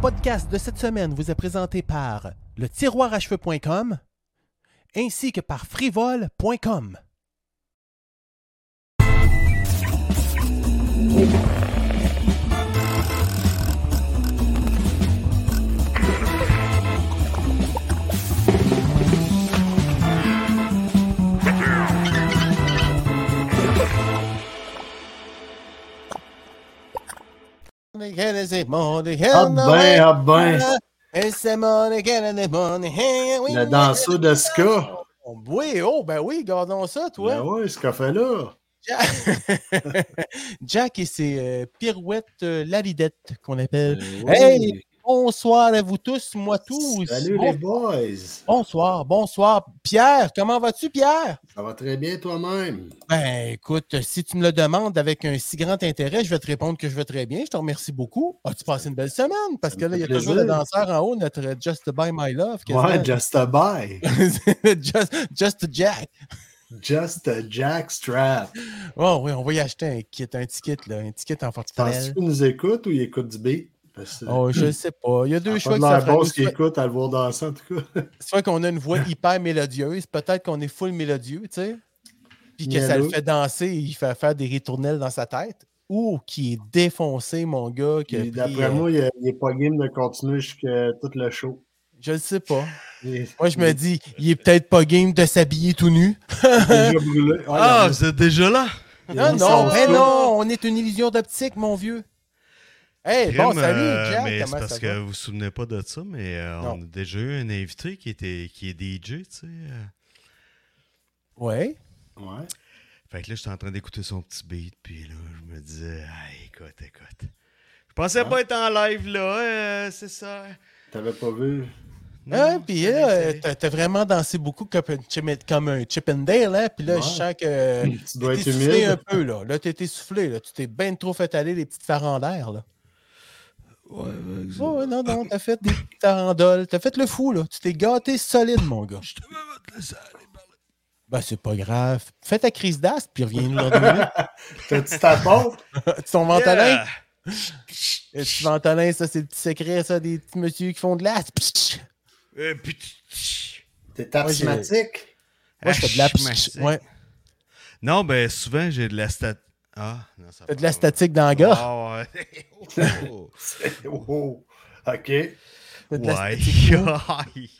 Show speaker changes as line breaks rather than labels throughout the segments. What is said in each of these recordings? podcast de cette semaine vous est présenté par le tiroir à cheveux.com ainsi que par frivol.com.
Ah ben, ah ben,
Le
le danseur de ska.
Oui, oh, ben oui, gardons ça, toi.
Ben oui, ce qu'a fait là.
Jack... Jack et ses euh, pirouettes euh, laridettes qu'on appelle.
Ben
Euh, Hey, Bonsoir à vous tous, moi tous.
Salut
Bon-
les boys.
Bonsoir, bonsoir. Pierre, comment vas-tu, Pierre?
Ça va très bien toi-même.
Ben, écoute, si tu me le demandes avec un si grand intérêt, je vais te répondre que je vais très bien. Je te remercie beaucoup. As-tu passé une belle semaine? Parce
Ça
que
me
là, il y a
fait
toujours le
plaisir.
danseur en haut, notre Just Buy My Love. quasiment.
Ouais, just a bye.
just, just Jack.
Just a jack strap.
Oh oui, on va y acheter un kit, un ticket, là, un ticket en
Penses-tu
forterelle.
qu'il nous écoute ou il écoute du beat? Parce que
Oh, je sais pas. Il y a deux
ça
choix
a pas
qui
de l'air
s'offrent à
bon
nous.
ce qu'il
Soit-
écoute à le voir danser en tout cas.
Soit qu'on a une voix hyper mélodieuse, peut-être qu'on est full mélodieux, tu sais, puis que ça le
Mielleux.
fait danser et il fait faire des ritournelles dans sa tête. Ou qui est défoncé, mon gars. qui a
Puis
pris,
D'après
euh,
moi, il n'est pas game de continuer jusqu'à tout le show.
Je le sais pas.
Il-
Moi, je me dis, il est peut-être pas game de s'habiller tout nu.
il est déjà brûlé. Ah, il a
Ah,
mis-
vous êtes déjà là?
il a
Non,
mis son
Ah, non, mais
sou.
non, on est une illusion d'optique, mon vieux. Hey, Eh, bon,
Crime, euh,
salut, Jack.
mais c'est
comment
parce
ça
que
va?
vous vous souvenez pas de ça, mais euh,
Non.
on a déjà eu un invité qui, était, qui est DJ, tu sais. euh.
Ouais.
Ouais.
Fait que là, j'étais en train d'écouter son petit beat, puis là, je me disais, ah, écoute, écoute. Je pensais
Hein?
Ah.
pas être en live, là, euh, c'est ça.
T'avais pas vu.
Non,
Ah,
non,
puis
c'est
là,
vrai,
euh,
c'est-
t'as t'as vraiment dansé beaucoup comme un Chip, comme un Chip and Dale, hein? Puis là,
Ouais.
je sens que
Hmm.
Tu dois
t'es
être
soufflé un
humide.
peu, là. Là, t'es soufflé, là. Tu t'es bien trop fait aller les petites farandaires, là.
Ouais, ouais,
Ouais, ouais, non, non, t'as fait des petites farandoles. T'as fait le fou, là. Tu t'es gâté solide, mon gars.
Je te mets votre laisse aller, parler.
Ben, c'est pas grave. Fais ta crise d'asthme, puis reviens-nous dans deux minutes.
T'as-tu ta pompe?
Ton ventalin,
Yeah!
Le petit Ventolin, ça, c'est le petit secret, ça, des petits messieurs qui font de l'as. Psst!
Euh, puis tu-
T'es
Moi, j'ai-
asthmatique?
Moi, je fais de la
Ah, je
psst.
m'assieds.
Ouais,
Non, ben, souvent, j'ai de la stat... Ah, non, ça
t'as de
va.
la statique dans le gars.
Ah, ouais. Oh.
Oh, OK.
T'as de la
Ouais.
statique.
Aïe.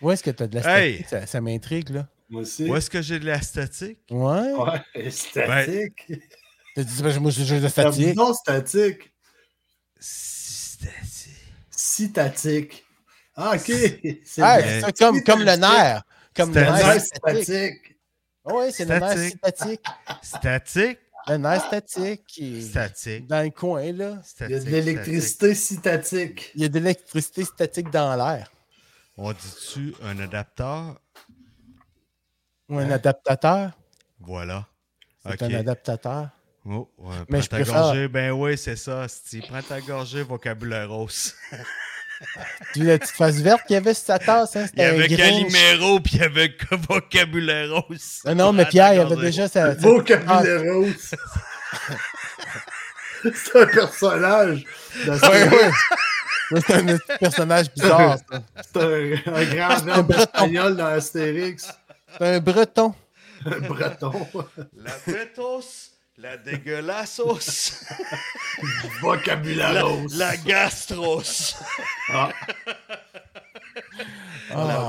Où est-ce que t'as de la
Hey.
statique? Ça, ça m'intrigue, là.
Moi aussi.
Où est-ce que j'ai de la statique?
Ouais.
Ouais, statique.
T'as dit, ben, moi, j'ai juste de la
T'as
statique.
Non, statique.
Statique.
Citatique. Ah, OK. C'est
Hey,
bien.
c'est ça, comme, comme le nerf. Comme le
C'est
Le nerf
nerf statique.
statique.
Oui, c'est le nerf
Statique.
statique.
Statique.
Le nerf statique qui est
Statique.
dans le coin, là.
Statique.
Il y a de l'électricité citatique.
Il y a de l'électricité statique dans l'air.
statique. On dit-tu un adapteur?
Ou
Hein?
un adaptateur.
Voilà.
C'est
Ok.
un adaptateur.
Oh, ouais,
Mais
prends
je
ta
préfère-
gorgée. Ben oui, c'est ça. Si prends ta gorgée, vocabulaire rose.
Tu vois la petite face verte qu'il y avait sur sa tasse, hein?
Il y
C'était un
avait
Grinch.
Calimero, puis il y avait que vocabulaire rose.
Non, non, mais
Prends ta
Pierre, il y avait
gorgée.
déjà sa. sa-
Vocabulaire rose. C'est un personnage. de-
Ah, Ouais, ouais. Ça, C'est un petit personnage bizarre. ça.
C'est un, un grand verbe
breton.
espagnol dans Astérix.
C'est un breton.
Un breton.
La pétos, la dégueulassos, la,
Vocabulaire rose.
la gastros.
Ah,
La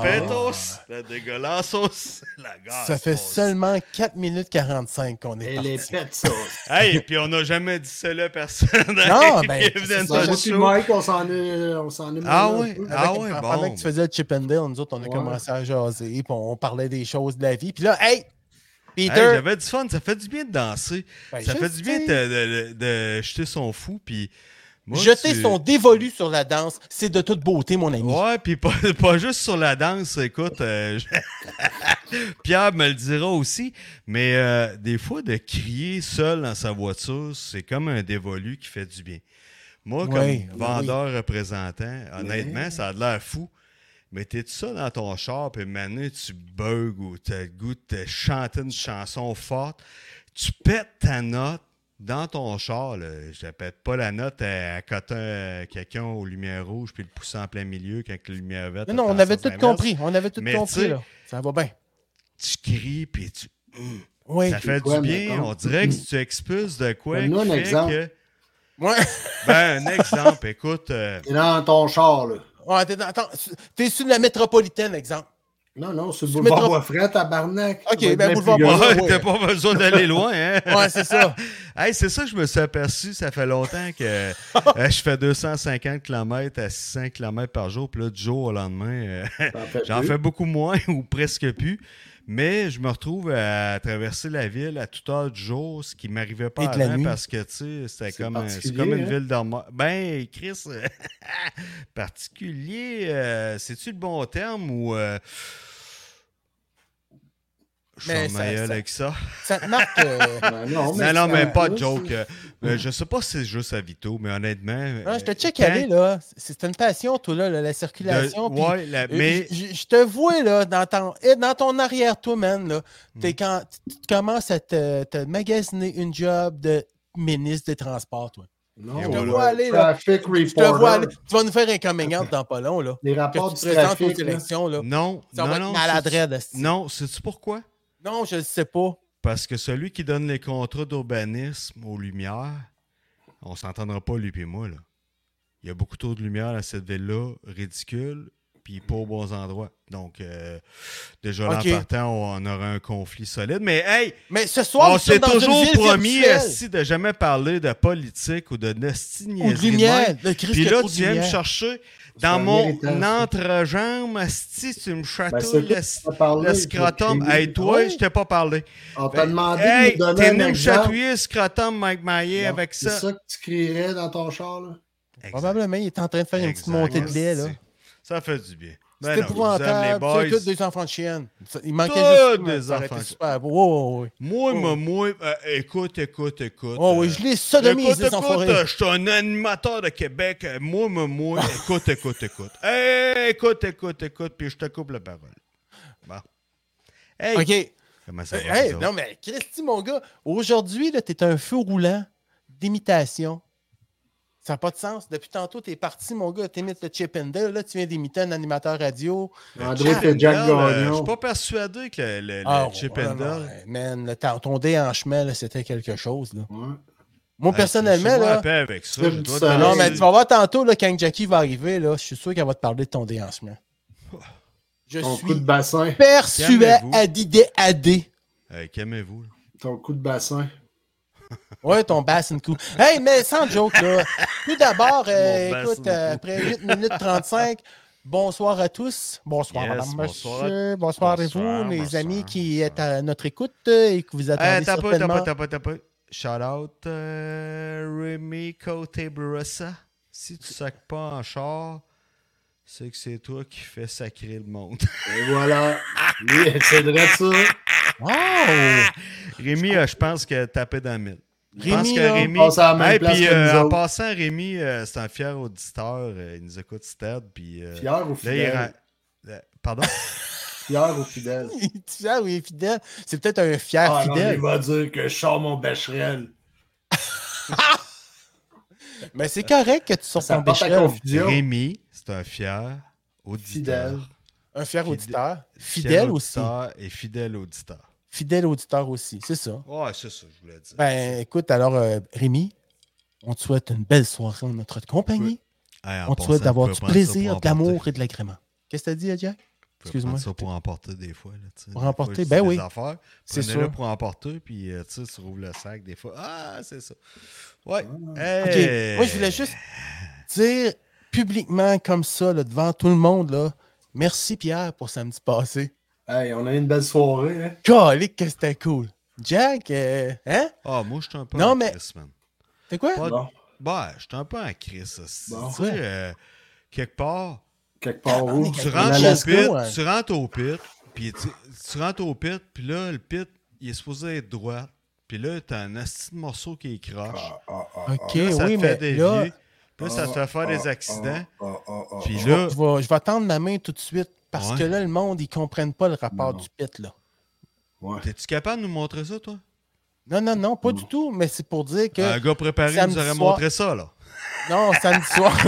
Ah,
pétos, la dégueulassos, la gastros.
ça fait seulement 4 minutes 45 qu'on est
elle est
parti.
pète sauce.
Hey, puis on n'a jamais dit cela à personne.
Non, ben,
Bienvenue à
c'est
Moi
ça,
notre
puis
show.
Mike, on s'en est, on s'en est
Ah
mêlé un
ouais,
peu.
ah
Fait que
ouais,
pendant- Pendant
bon.
que tu faisais le chip and Dale, nous autres, on a
Ouais.
commencé à jaser, puis on parlait des choses de la vie. Puis là, hey,
Hey,
Peter!
J'avais du fun, ça fait du bien de danser.
Ben,
ça
je
fait du bien de,
sais.
de- de jeter son fou, puis... moi,
Jeter
tu-
son dévolu sur la danse, c'est de toute beauté, mon ami.
Ouais, puis pas, pas juste sur la danse, écoute, euh, je- Pierre me le dira aussi, mais euh, des fois, de crier seul dans sa voiture, c'est comme un dévolu qui fait du bien. Moi, comme
Ouais,
vendeur représentant, honnêtement, ça a de l'air fou, mais t'es-tu ça dans ton char, puis maintenant, tu bugs ou t'as le goût de te chanter une chanson forte, tu pètes ta note, dans ton char, là, je répète pas la note à, à cotin à quelqu'un aux lumières rouges puis le pousser en plein milieu quand la lumière verte.
Non, non,
elle
on
passe
avait
à
tout
100
compris. On avait tout
Mais tu
compris,
sais-
là. Ça va bien.
Tu cries puis tu. Hum,
Oui.
ça fait
quoi,
du bien.
mettons?
On dirait que si tu expulses de quoi.
Donne-nous
qui
un
fait
exemple.
que-
Ouais.
Ben, un exemple. Écoute, euh,
T'es dans ton char, là.
Ah, t'es, dans- attends, t'es sur la métropolitaine, exemple.
Non, non, c'est le
Tu
boulevard
mettras-
Boisfret, tabarnak.
Ok,
Ça va être
ben,
bien
boulevard
plus gros.
Boisfret.
ouais, t'as pas besoin d'aller loin, hein?
Ouais, c'est ça.
Hey, c'est ça que je me suis aperçu, ça fait longtemps que euh, je fais 250 km à 600 km par jour, puis là, du jour au lendemain, euh,
T'en fais
j'en
plus.
fais beaucoup moins ou presque plus. Mais je me retrouve à traverser la ville à toute heure du jour, ce qui m'arrivait pas
Et de la
avant
nuit.
parce que, tu sais, c'était
C'est
comme, un- c'est
particulier,
comme une
hein?
ville dormante. Ben, Chris, particulier, euh, c'est-tu le bon terme ou. euh, Je
Mais
suis en
ça-
mailleul
ça-
avec ça.
Ça te marque. euh,
Ben non,
Non, non,
c'est
mais pas de
là,
joke.
c'est-
Euh, euh, je sais pas si c'est juste à Vito, mais honnêtement.
hein, je te
euh,
check
quand-
aller, là. C'était une passion, toi, là, la, la
de-
circulation. puis-
ouais, la-
Euh,
mais.
j- j- Je te vois, là, dans ton, et dans ton arrière, toi, man, là, t'es
Mm.
quand, tu tu commences à te, te magasiner une job de ministre des Transports, toi.
Non,
Je
Je te
Voilà.
vois aller, là.
Traffic
Je te vois aller.
reporter.
Tu vas nous faire un coming out dans pas long, là.
Les
Que
rapports
tu
du
te présentes aux
trafic. là.
élections, là.
Non,
Ça
non,
va être
non. c'est-
maladresse. esti.
Non, sais-tu pourquoi?
Non, je le sais pas.
Parce que celui qui donne les contrats d'urbanisme aux lumières, on s'entendra pas, lui et moi, là. Il y a beaucoup trop de lumière à cette ville-là, ridicule, puis pas aux bons endroits. Donc, euh, déjà,
Ok.
en partant, on aura un conflit solide. Mais, hey,
Mais ce soir,
on
nous sommes
s'est
dans une
toujours
ville
promis
virtuelle.
esti, de jamais parler de politique ou de
Ou de
nostiniésie.
lumière. Le Christ
Puis
qu'il y a
là,
trop de
tu viens me
lumière.
chercher
C'est un
dans mon
héritage, ça.
entrejambe, asti, tu me
Ben,
chatouilles
c'est tout ce qu'on
le,
a parlé,
le
je
scrotum.
l'ai
Hey,
dit.
toi,
Ouais.
je t'ai pas parlé.
On t'a
Ben,
demandé
hey,
de nous
t'es
donner
venu
un
me
exemple.
chatouiller le scrotum, Mike Maillet,
Non,
avec
C'est
ça.
ça que tu crierais dans ton char, là?
Exact.
Probablement, il est en train de faire une petite
Exact.
montée de lait, là.
Esti. Ça fait du bien. Ben
C'était
non, je vous aime, les
épouvantable.
boys.
C'est tous des enfants de chienne. Ça- Il manquait
Tous
juste.
des
ça aurait été
enfants de
super beau. Oh, oui, oui.
Moi,
Oh.
moi, moi, euh, écoute, écoute, écoute.
Oh, oui,
euh,
je l'ai sodomisé,
Écoute,
les
écoute,
enfoirés.
euh, je suis un animateur de Québec. euh, Moi, moi, moi. Écoute, écoute, écoute. Hey, écoute, écoute, écoute, puis je te coupe la parole. Bon. Hey,
OK.
comment ça va?
Hey,
vous
non,
autres?
mais Christy, mon gars, aujourd'hui, là, t'es un feu roulant d'imitation. Ça n'a pas de sens. Depuis tantôt, t'es parti, mon gars, t'imites le Chip and Dale, là, tu viens d'imiter un animateur radio.
André,
Chip
c'est
and
Jack
Dale, euh, Je
Gagnon.
suis pas persuadé que le, le- le
Ah,
Chip
ouais,
and
non,
Dale-
ouais, Man, le- ton ton déhanchement, là, c'était quelque chose, là.
Ouais.
Moi,
Hey,
personnellement,
laissez-moi
là... Ah,
en paix avec ça.
C'est
je
du
dois
soleil.
Non,
danser.
mais tu vas voir tantôt, là, quand Jackie va arriver, là, je suis sûr qu'elle va te parler de ton déhanchement. Je
Ton coup de
suis
bassin.
persuadé
Calmez-vous.
à l'idée AD.
Hey, calmez-vous. là.
Ton coup de bassin.
Ouais, ton bass and coup. Hey, mais sans joke, là. Tout d'abord, euh,
Mon bass
écoute,
and
euh, après 8 minutes 35, bonsoir à tous. Bonsoir,
Yes,
madame,
bonsoir.
monsieur. Bonsoir, à
Bonsoir,
vous, les
bonsoir,
amis qui
bonsoir.
êtes à notre écoute euh, et que vous attendez
Hey, t'as pas, t'as
certainement.
pas, t'as pas, t'as pas. Shout out euh, Remy Côté Bressa. Si tu sacs pas en char, c'est que c'est toi qui fais sacrer le monde.
Et voilà. Lui, c'est vrai ça. Ah!
Wow!
Rémi, euh, je pense que tapé dans le mille. Je pense
Rémi,
que
là,
Rémi.
passe à la même
Hey,
place
puis,
que
euh,
nous
en
autres.
passant, Rémi, euh, c'est un fier auditeur. euh, il nous écoute Stade. Puis, euh,
Fier ou
là, il
fidèle?
ra- euh, Pardon?
Fier ou fidèle?
tu sais, oui, fidèle. C'est peut-être un fier
Ah, non, il
fidèle.
va dire que je sors mon Becherel.
mais c'est correct que tu sortes
Ça
ton
porte à
bécherel.
confusion.
Rémi, c'est un fier auditeur.
Fidèle.
Un fier
Fidè-
auditeur.
Fier
Fidèle aussi.
auditeur Et fidèle auditeur.
Fidèle auditeur aussi, c'est ça.
Ouais, c'est ça, je voulais dire.
Ben, écoute, alors, euh, Rémi, on te souhaite une belle soirée en notre compagnie.
Hey, en
On te
passant,
souhaite d'avoir
vous
du
pouvez prendre ça
plaisir,
pour
de l'amour et de l'agrément. Qu'est-ce que t'as dit, Jack?
Excuse-moi.
Excuse-moi.
Prendre ça pour emporter des fois. Là, tu sais.
Pour
Des fois,
emporter,
je dis
ben
des
oui.
affaires,
C'est
Prenez-le
sûr.
pour emporter, puis euh, tu sais, tu rouvres le sac des fois. Ah, c'est ça. Ouais.
Ah. OK.
Hey!
Moi, je voulais juste dire publiquement, comme ça, là, devant tout le monde, là, merci Pierre pour samedi passé.
Hey, on a eu une belle soirée. Hein?
Calique que c'était cool. Jack, euh, hein?
Ah, moi, je suis un peu
Non,
en
mais-
crise, man.
C'est quoi?
Pas-
Bon,
Ben, je suis un peu en crise. aussi.
Bon.
Tu sais, euh, quelque part,
quelque part où?
Tabarnak,
tu
En
rentres, au
Alaska,
pit,
ouais.
tu rentres au pit, puis tu, tu rentres au pit, puis là, le pit, il est supposé être droit. Puis là, t'as un asti de morceau qui est croche.
Ah, ah, ah,
OK,
Puis là, ça
oui,
te
mais
fait dévier.
là,
Puis là, ça te fait faire des accidents.
ah, ah, ah,
Puis
ah.
là,
je vais, je vais tendre ma main tout de suite parce
Ouais.
que là, le monde, ils comprennent pas le rapport
Non.
du pit, là.
Ouais.
T'es-tu capable de nous montrer ça, toi?
Non, non, non, pas du tout, mais c'est pour dire que.
Un gars préparé
samedi
nous aurait
soir-
montré ça, là.
Non, samedi soir.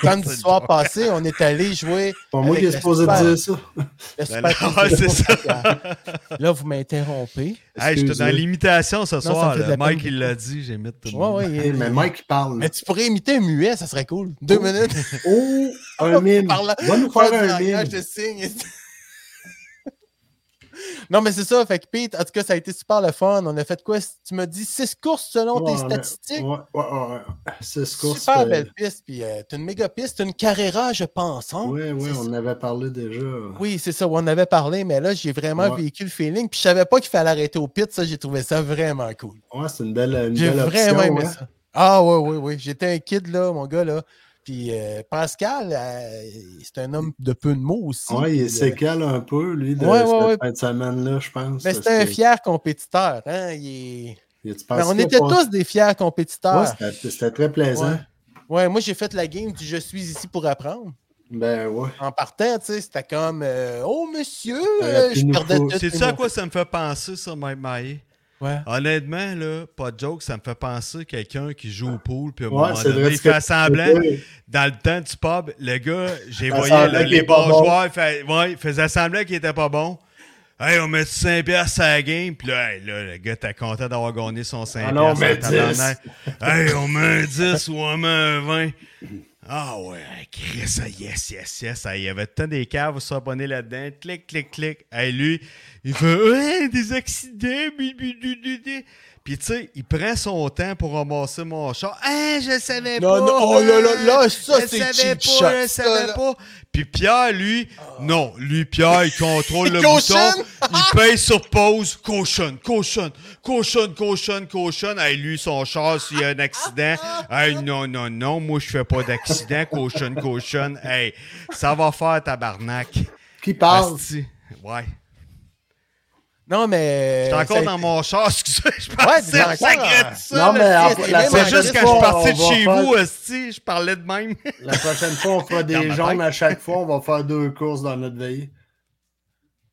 samedi soir passé, on est allé jouer.
Pas moi
Avec
qui est
la
supposé
super-
dire ça.
le
Ben
Super
là, ouais, c'est
Là, vous m'interrompez.
Hey, j'étais dans
Excuse-moi.
l'imitation ce
ça me
soir.
fait de
là.
la
Mike,
peine.
il l'a dit, j'imite tout le
Ouais,
monde.
ouais,
Hey,
il-
mais Mike il parle.
Mais tu pourrais imiter un muet, ça serait cool. Deux minutes.
Oh, un mime.
Par là.
Va nous
Faire
faire
du
un
langage
mime.
de signes. Non, mais c'est ça. Fait que Pete, en tout cas, ça a été super le fun. On a fait quoi? Tu me dis six courses selon
Ouais,
tes statistiques.
Ouais, ouais, ouais. C'est ce qu'on
Super belle piste. Puis euh, t'as une méga piste, t'as une carrera, je pense. hein?
Oui, oui,
C'est-
on en avait parlé déjà.
Oui, c'est ça, on en avait parlé, mais là, j'ai vraiment
Ouais.
vécu le feeling. Puis je savais pas qu'il fallait arrêter au pit, ça, j'ai trouvé ça vraiment cool.
Ouais, c'est une belle, une
J'ai
belle option.
vraiment aimé
hein.
ça. Ah oui, oui, oui. J'étais un kid, là, mon gars, là. Puis euh, Pascal, euh, c'est un homme de peu de mots aussi.
Ouais, il
Puis, euh,
est séquel un peu, lui, de
Ouais, ouais,
cette
ouais.
fin de semaine-là, je pense.
Mais
parce
c'était un
que-
fier compétiteur. Hein? il est-
y a-tu
Mais
pensé
on
qu'il a
était
passé-
tous des fiers
Ouais,
compétiteurs.
c'était- c'était très plaisant.
Ouais. Ouais, moi, j'ai fait la game du Je suis ici pour apprendre.
Ben ouais.
En partant, tu sais, c'était comme euh, Oh monsieur,
Euh,
euh,
puis
je
nous
perdais
faut-
tout.
C'est
mes
ça à
mots.
quoi ça me fait penser, ça, Mike Maillé?
Ouais.
Honnêtement, là, pas de joke, ça me fait penser à quelqu'un qui joue au pool, puis à un
Ouais,
moment
c'est
donné,
vrai.
il
ce que
fait
tu
semblant,
disais.
dans le temps du pub, le gars, j'ai
Ça
voyé
semblait
là,
qu'il
les
est pas
bons
bon.
joueurs, il fait- ouais, il faisait semblant qu'il était pas bon. Hey, on met 5 piastres à la game, puis là, hey, là, le gars, t'es content d'avoir gagné son 5
Ah non, on met
piastres, en tabarnak. Hey, on met un 10 ou on met un 20. Ah ouais, Chris, ah, yes, yes, yes. Ah, il y avait tant des caves, ça abonné là-dedans. Clic, clic, clic. Hey, lui, il fait ouais, des accidents. bi, bi, du, du, du. Puis tu sais, il prend son temps pour ramasser mon char. Hey, je le savais
Non,
pas.
non, oh là là,
hein.
là, ça,
Je
c'est
savais
cheap
pas,
shot,
Je le
ça,
savais
là.
pas. Puis Pierre, lui, non, lui, Pierre, il contrôle le
Cochonne.
bouton. Il paye sur pause. Cochonne, cochonne, cochonne, cochonne, cochonne. Hey, lui, son char, s'il y a un accident. Hey, non, non, non, moi, je fais pas d'accident. Cochonne, cochonne. Hey, ça va faire tabarnak.
Qui
Ah,
parle?
Asti. Ouais.
Non, mais.
J'étais
Euh,
encore
ça a
dans
été-
mon char, excusez, je
Ouais,
pensais
t'es
que ça
encore.
gratte ça.
Non,
là.
mais
la-
la, la
c'est
C'est
mais
prochaine
juste quand
fois,
je partais de
on va
chez
faire-
vous, esti, je parlais de même.
La prochaine fois, on fera
Dans
des
ma
jaunes
tête.
à chaque fois. On va faire deux courses dans notre veillée.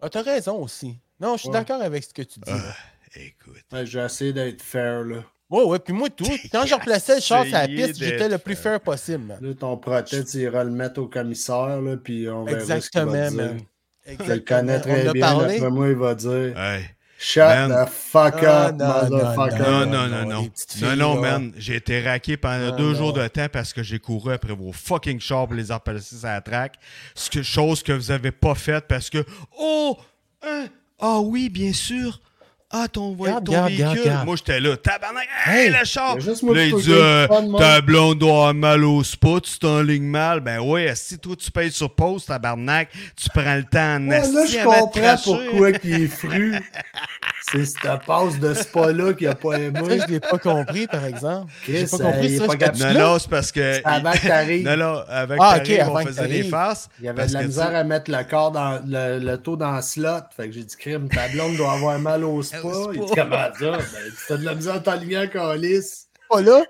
Ah, t'as raison aussi. Non, je suis
Ouais.
d'accord avec ce que tu dis.
Euh.
là.
Écoute.
Ouais, J'ai essayé d'être fair, là.
Ouais, ouais, puis moi, tout. Quand je replaçais le char sur la
Essayez
piste, j'étais le
d'être, euh,
plus fair possible. man.
Là, ton protège, il ira le mettre au commissaire, là, puis on verra ce qu'il va
Exactement, man.
dire. Je le
Exactement.
connais
On en
très
a
bien.
parlé.
D'après moi, il va dire
Hey.
Shut
Man.
the fuck
Ah,
up,
non, non,
Non,
motherfucker.
non,
non,
non,
les
non.
petites
Non,
filles,
non,
là.
man. J'ai été raqué pendant
Ah,
Non,
deux
non.
jours de temps parce que j'ai couru après vos fucking chars pour les empêcher à la traque. Ce que- chose que vous avez pas faite parce que. Oh! hein, Ah oui, bien sûr! Ah, ton, voy-
Garde,
ton
garde,
véhicule!
garde, garde.
Moi, j'étais là. Tabarnak! Hey,
Hey,
le char!
y a juste moi
Là,
qui
il
peux
dit
dire
euh,
pas de mal.
Ta blonde doit avoir mal au spot, tu t'enlignes mal. Ben oui, si toi, tu payes sur pause, tabarnak, tu prends le temps en
Ouais, Ah, là,
esti
je
avant de
comprends
cracher.
pourquoi il est fru. C'est cette passe de spa-là qu'il a pas aimé.
Ça, je l'ai pas compris, par exemple. J'ai pas
Chris, euh, il
compris
est
ça.
pas
j'étais
capable.
Non,
là.
non, c'est parce que.
Avant que t'arrives.
Non, non, avec
Ah,
ah,
ok, avant
on
que
faisait des
t'arrives.
farces.
Il y avait
parce
de la
que,
misère
tu-
à mettre le corps dans le, le taux dans le slot. Fait que j'ai dit crime, ta blonde doit avoir mal au spa.
Au spa.
Il dit comment ça? Ben, il dit, t'as de la misère à t'aligner en lisse.
pas là.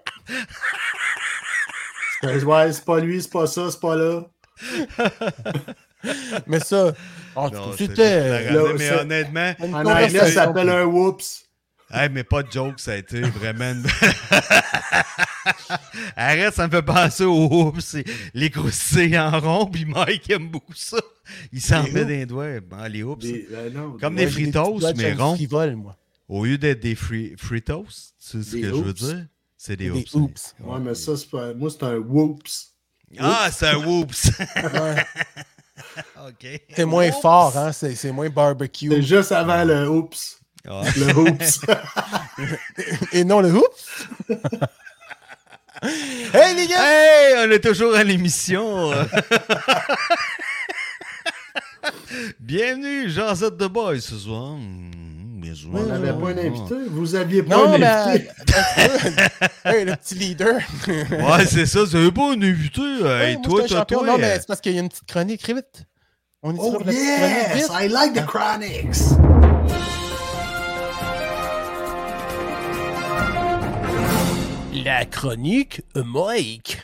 Ouais, c'est pas lui, c'est pas ça, c'est pas là.
Mais ça, en tout euh,
Non,
cas,
c'est
c'était
pas grave,
là,
mais
c'est-
honnêtement,
une
En anglais, ça
conversation.
s'appelle un whoops.
hey, mais pas de joke, ça a été vraiment. une- Arrête, ça me fait penser au oups, c'est les croustilles en rond, puis Mike aime beaucoup ça. Il s'en
Les
met
oups.
dans les doigts. Ben, les oups.
Des- ben non,
Comme
ouais,
des fritos,
Moi, j'ai des petites
mais
boîtes
ronds.
frivoles, moi.
Au lieu d'être des free, fritos, tu sais ce
Des
que
oups.
je veux dire? C'est des,
Des
oups. hein.
oups.
Ouais, mais ça, c'est pas... moi, c'est un whoops.
Ah, c'est un oups.
Ouais.
OK.
C'est moins
Oups.
fort, hein? C'est c'est moins barbecue.
C'est juste avant le oups.
Ah.
Le oups.
Et non le oups! hey les gars!
Hey, on est toujours à l'émission. Bienvenue, Jean-Zette de Boy ce soir. Mm, Bien sûr.
On n'avait pas un invité. Vous aviez pas
Non, ben,
un
mais.
invité.
hey, le petit leader!
Ouais, c'est ça, c'est pas un invité. Hey,
Ouais, moi,
toi,
j'étais un
toi,
champion.
toi.
Non, mais
euh,
c'est parce qu'il y a une petite chronique, très vite! On est
Oh
sur la petite chronique
yes!
vite!
I like the chronics!
La chronique Mike.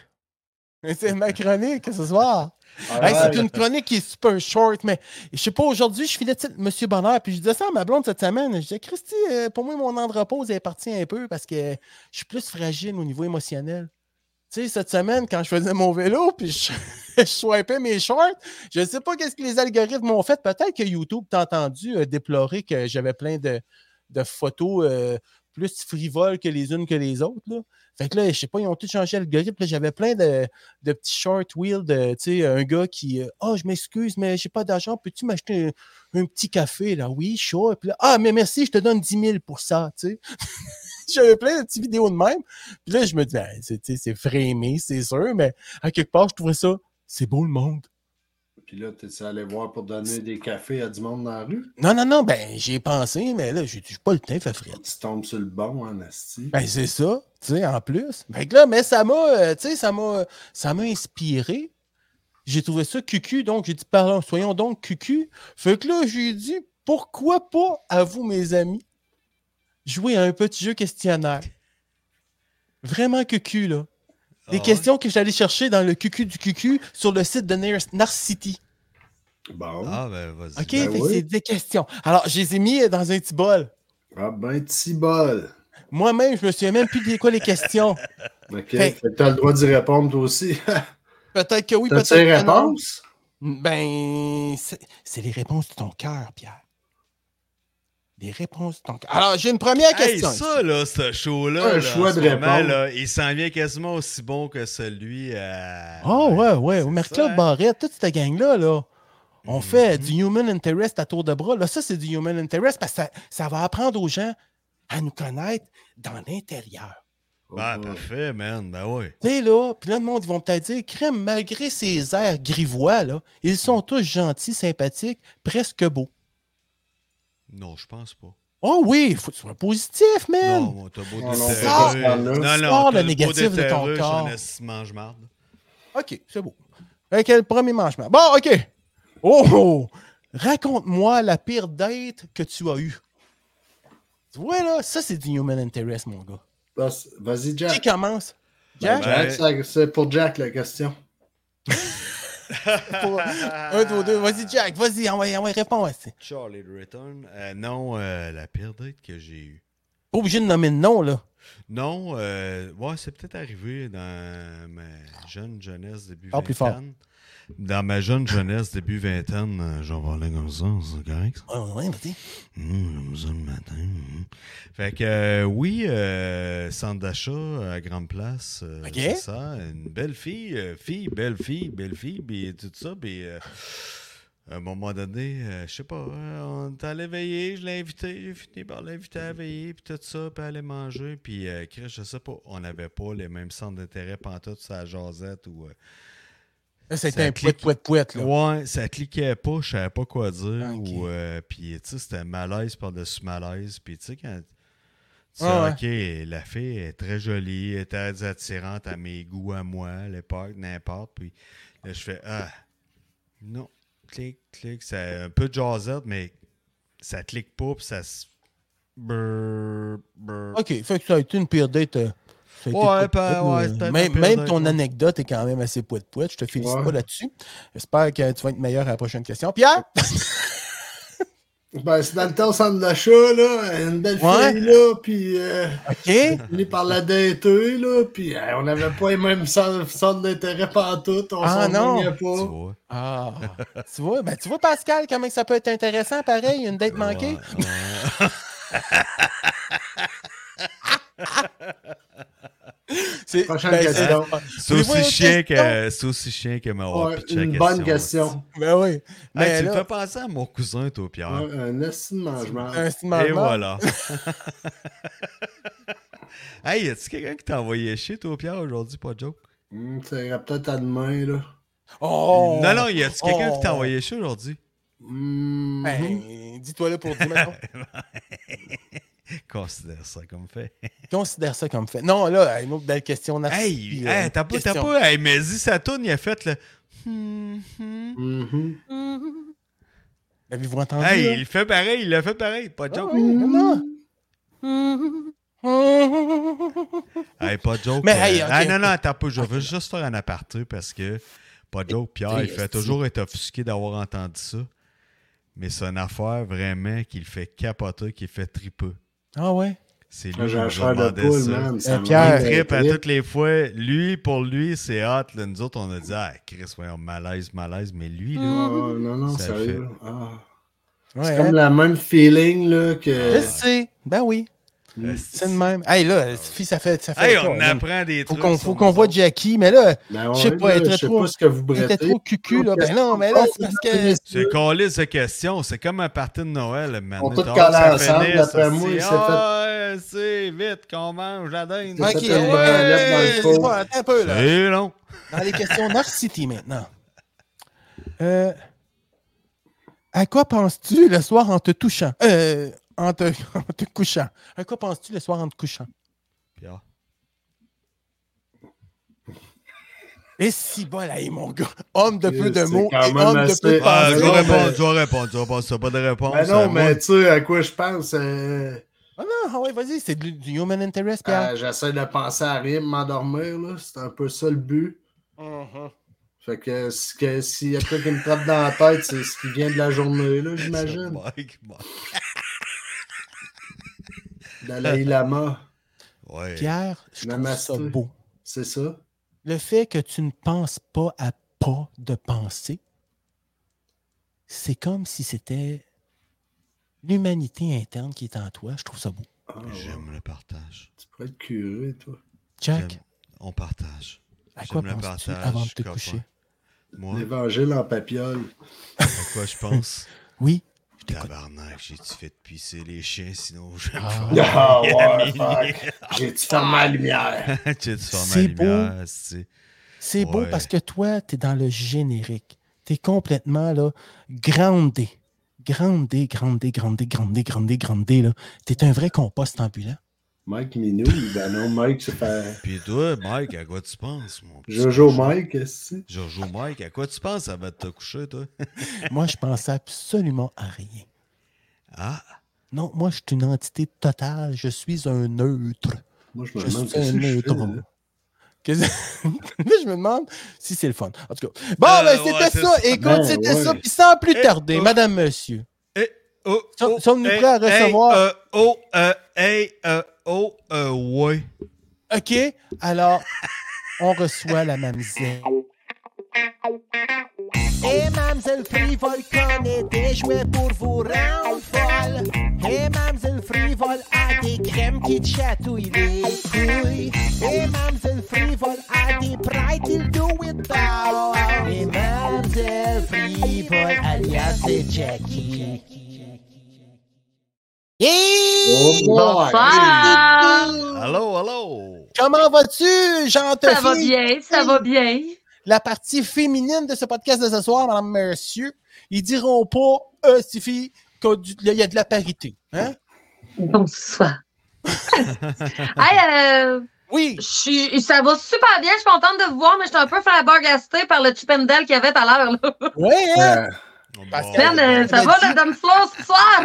C'est ma chronique ce soir. Hey, c'est une chronique qui est super short, mais je sais pas, aujourd'hui, je filais tu sais, Monsieur Bonheur, puis je disais ça à ma blonde cette semaine. Je disais, Christy, euh, pour moi, mon andropause est parti un peu parce que je suis plus fragile au niveau émotionnel. Tu sais, cette semaine, quand je faisais mon vélo, puis je, je swipais mes shorts, je sais pas qu'est-ce que les algorithmes ont fait. Peut-être que YouTube t'a entendu euh, déplorer que j'avais plein de, de photos euh, plus frivoles que les unes que les autres. Là. Fait que là, je sais pas, ils ont tout changé l'algorithme. là. J'avais plein de, de petits short wheels de, tu sais, un gars qui, euh, oh, je m'excuse, mais j'ai pas d'argent, peux-tu m'acheter un, un petit café? Là, oui, chaud. Puis là, ah, mais merci, je te donne 10 000 pour ça, tu sais. J'avais plein de petites vidéos de même. Puis là, je me dis, Ah, c'est tu sais, c'est frémé, c'est sûr, mais à quelque part, je trouvais ça, c'est beau le monde.
Puis là, t'es allé voir pour donner des cafés à du monde dans la rue.
Non, non, non, ben, j'y ai pensé, mais là, j'ai dit, J'ai pas le temps, fait frais.
Tu tombes sur le bon, en asti.
Ben, c'est ça, tu sais, en plus. Fait que là, mais ça m'a, euh, tu sais, ça m'a, ça m'a inspiré. J'ai trouvé ça cucu, donc j'ai dit, parlons, soyons donc cucu. Fait que là, j'ai dit, pourquoi pas, à vous, mes amis, jouer à un petit jeu questionnaire. Vraiment cucu, là. Des
Ah ouais?
questions que j'allais chercher dans le cucu du cucu sur le site de Nar- Narcity.
Bon. Ah,
Ah, ben, vas-y.
OK?
Ben
fait que
oui.
c'est des questions. Alors, je les ai mis dans un petit bol.
ben, petit bol.
Moi-même, je me souviens même plus des quoi les questions.
OK.
Fait-
Fait que t'as le droit d'y répondre, toi aussi.
Peut-être que oui,
T'as
peut-être
tes
que non.
réponses?
Ben, c'est c'est les réponses de ton cœur, Pierre. Les réponses de ton cœur. Alors, j'ai une première
Hey,
question.
ça, là, ce show-là,
Un
là,
choix
en ce
de
moment,
réponse.
là, il s'en vient quasiment aussi bon que celui à...
oh, ouais, ouais. ouais. Marc-Claude
ça, hein.
Barrette, toute cette gang-là, là, on
Mhm.
fait du human interest à tour de bras. Là, ça, c'est du human interest parce que ça, ça va apprendre aux gens à nous connaître dans l'intérieur.
Ben,
Oh,
parfait, man. Ben, ouais.
Tu sais, là, puis là, le monde, ils vont peut-être dire, crème, malgré ces airs grivois, là, ils sont tous gentils, sympathiques, presque beaux.
Non, je pense pas.
Oh oui, faut que tu sois positif, man!
Non, mon t'as beau
Non, non,
déterrer.
sors-
Non, non,
sors
t'as
le
beau
négatif de ton
déterrer, j'en
corps.
ai six mange-marde.
OK, c'est beau. Avec le premier mangement. Bon, OK. Oh, oh. Raconte-moi la pire date que tu as eue. Tu vois, là, ça, c'est du human interest, mon gars.
vas- Vas-y,
Qui
Jack. Ben,
commence? Jack?
Jack, ça- c'est pour Jack la question.
Pour- Un, deux, deux. Vas-y, Jack. Vas-y, envoie, envoie, réponds. esti.
Charlie the Return. Euh, non, euh, la pire date que j'ai eue.
Pas obligé de nommer de nom, là.
Non, euh, ouais, c'est peut-être arrivé dans ma jeune jeunesse, début
Parle Ah, plus fort.
vingtaine. Dans ma jeune jeunesse, début vingtaine, euh, j'en parlais comme ça, c'est correct? ça?
Ouais, ouais, vas-y.
Hum, comme ça le matin. hum. Fait que euh, oui, euh, centre d'achat à Grande Place, euh,
Ok.
c'est ça. Une belle fille, euh, fille, belle fille, belle fille, puis tout ça, puis... euh, à un moment donné, euh, je sais pas, euh, on est allé veiller, je l'ai invité, j'ai fini par l'inviter à veiller, puis tout ça, puis aller manger, puis euh, Chris, je sais pas, on n'avait pas les mêmes centres d'intérêt pantoute, ça jasette ou... euh,
Là,
Ça
c'était un pouet,
clique.
pouet, pouet, là.
Ouais, ça cliquait pas, je savais pas quoi dire.
Ok.
Ou, euh, puis, tu sais, c'était malaise par-dessus malaise. Puis, tu sais, quand. Tu
Ouais, ouais.
sais, ok, la fille est très jolie, elle est très attirante à mes goûts, à moi, à l'époque, n'importe. Puis, là, je fais, ah, non, clic, clic. C'est un peu de jazzette, mais ça clique pas, puis ça se. Brrr, brrr.
OK, fait que ça a été une pire date. euh, ça a été pouet,
Ouais, ben,
pouet, euh,
ouais, c'est peut-être une
même,
pire
même
date,
ton
ouais.
anecdote est quand même assez pouet pouet. Je te félicite
Ouais.
pas là-dessus. J'espère que tu vas être meilleur à la prochaine question. Pierre?
Ben, c'est dans le temps, centre d'achat, là. Une belle
Ouais.
fille, là. Puis, euh,
OK.
on est par la dater, là. Puis, euh, on n'avait pas les mêmes centres, centres d'intérêt pantoute. On
Ah,
s'en
non.
lignait
Tu
pas.
vois.
Ah, tu vois, ben, tu vois, Pascal, comment que ça peut être intéressant, pareil, une date manquée.
Ouais, ouais.
C'est
Prochaine
ben, c'est-
question.
C'est
Voulez-vous une
aussi, chien
question?
que- c'est aussi chien que ma
Ouais,
pitché la
une bonne
aussi.
question.
Ben oui.
Hey,
Mais
tu me
là,
fais penser à mon cousin, toi, Pierre.
Ouais, un assis de mangement.
un petit
Et
moment.
voilà. hey, y a-tu quelqu'un qui t'a envoyé chier, toi, Pierre, aujourd'hui, pas de joke?
Hum, ça ira peut-être à demain, là.
Oh!
non, non, y a-tu quelqu'un qui t'a
oh.
envoyé chier aujourd'hui?
Hum,
Mhm.
Ben, dis-toi là pour dire, mettons.
Considère ça comme fait.
Considère ça comme fait. Non, là, une autre belle question. Narcisse,
Hey,
euh,
hey, t'as pas, t'as
question.
pas. Hey, mais dis, ça tourne, il a fait le. Hum, hum.
mhm.
L'avez-vous entendu? hein? là?
Hey, il fait pareil, il a fait pareil, pas de
Ah
joke.
oui, non.
Hey, pas de joke.
Mais hey,
euh,
ok,
ah,
ok.
euh, non, non, attends un peu, je veux juste faire un aparté parce que Pas de joke, Pierre, il fait toujours être offusqué d'avoir entendu ça. Mais c'est une affaire vraiment qui le fait capoter, qui le fait triper.
Ah ouais?
C'est
Moi,
lui qui
J'ai un
nous
chair de
demandait
poule,
ça.
man.
Eh,
Ça me
Pierre,
rend
Il trippe à
trip.
toutes les fois. Lui, pour lui, c'est hot. Là, nous autres, on a dit, ah, Chris, voyons, malaise, malaise. Mais lui, là,
Mm.
Oh, non, non,
Ça
sérieux. Ah.
ouais
C'est comme
hein?
la même feeling là,
Je
que.
sais. Ben oui.
Mm.
C'est le même. Hey, là, Sophie, ça fait. Ça fait
hey,
quoi,
on
là?
apprend des
Faut
trucs.
qu'on
sur
faut
nous
qu'on voit
autres.
Jackie, mais là,
Ben
Je sais
ouais,
pas,
là,
elle était
je sais
trop-
pas ce que vous
il était
brettez.
trop cucu, là. Ben non, mais là,
Oh,
c'est parce que.
C'est qu'on lit ces questions. C'est comme un party de Noël, man.
On
est
tout
tard,
collé
ça
ensemble,
finit,
d'après
ça,
moi, il
c'est,
s'est fait-
Ah, ouais, c'est vite qu'on mange la dinde.
s'est
Ok,
fait
ouais,
une branlette dans le
c'est
four.
pas- attends un peu, là.
C'est long.
Dans les questions North City maintenant. Euh, à quoi penses-tu le soir en te touchant? Euh, en, te, en te couchant. À quoi penses-tu le soir en te couchant?
Pierre.
Et si bol, hey, mon gars. Homme de peu de
C'est
mots
quand
et
même
homme de peu de
assez- Ah,
Ah, tu
mais
pensées.
non,
vas répondre,
mais-
tu vas répondre, tu vas répondre. Si t'as pas de réponse.
Ben
euh,
non,
moi,
mais tu sais à quoi je pense. euh,
Ah non, ah ouais, vas-y, c'est du, du human interest, Pierre.
euh, J'essaie de penser à rien, de m'endormir, là. C'est un peu ça le but. Fait que, ce que s'il y a truc qui me tape dans la tête, c'est ce qui vient de la journée, là,
c'est
j'imagine.
Mike, Mike.
Dalai Lama,
Ouais.
Pierre, je trouve
Namasté.
ça beau.
c'est ça?
Le fait que tu ne penses pas à pas de penser, c'est comme si c'était l'humanité interne qui est en toi. Je trouve ça beau.
Ah, ouais.
J'aime le partage.
Tu pourrais être curé, toi.
Jack,
On partage.
à
j'aime
quoi
le
penses-tu
partage,
avant de
je
te
comprends.
coucher?
Moi,
L'évangile en papiole.
à quoi je pense?
Oui.
Tabarnak, j'ai-tu fait pisser les chiens, sinon je vais me
Ah.
faire-
Ah ouais,
Amélie.
Ah, fuck. J'ai-tu fermé la lumière?
J'ai-tu fermé la
C'est beau.
lumière, c'est-
C'est beau
Ouais.
parce que toi, tu es dans le générique. Tu es complètement là, grandé. Grandé, grandé, grandé, grandé, grandé, grandé. là. Tu es un vrai compost ambulant.
Mike Minou, ben non, Mike, c'est pas...
Puis toi, Mike, à quoi tu penses, mon petit
Jojo
cochon?
Mike, qu'est-ce que
Jojo Mike, à quoi tu penses avant de te coucher, toi?
Moi, je pensais absolument à rien.
Ah,
Non, moi, je suis une entité totale. Je suis un neutre.
c'est? Moi, je me
Je
demande
suis
qu'est-ce
un
que je fais,
neutre.
là.
Qu'est-ce que- Là, je me demande si c'est le fun. En tout cas. Bon, ben,
Euh, ouais,
c'était
c'est
ça.
ça.
Écoute,
Ben,
c'était ça.
ouais.
Puis sans plus
Eh,
tarder,
oh.
madame, monsieur.
oh,
Som-
oh,
sommes-nous
hey,
prêts à
hey,
recevoir-
euh, oh, euh, hey, euh, oh, euh, ouais.
OK? Alors, on reçoit la mamzelle.
Et Mamsel Frivole connaît des jouets pour vous rendre folle. Et Mamsel Frivole a des crèmes qui te chatouillent les couilles. Et Mamsel Frivole a des brides, il do it all. Et Mamsel Frivole alias c'est Jackie.
Oh, boy.
Allô, allô?
Comment vas-tu, jean
Ça va bien, ça va bien.
La partie féminine de ce podcast de ce soir, madame, monsieur, ils diront pas, euh, c'est fille, qu'il y a du- il y a de la parité. Hein?
Bonsoir. hey, euh,
Oui!
je suis- ça va super bien, je suis contente de vous voir, mais je suis un peu flabbergastée par le chip and Dale qu'il y avait tout à l'heure. là.
Ouais, hein?
Euh,
Parce que-
Man, euh, ça
Ben,
va,
dis-
Madame Flo, ce soir?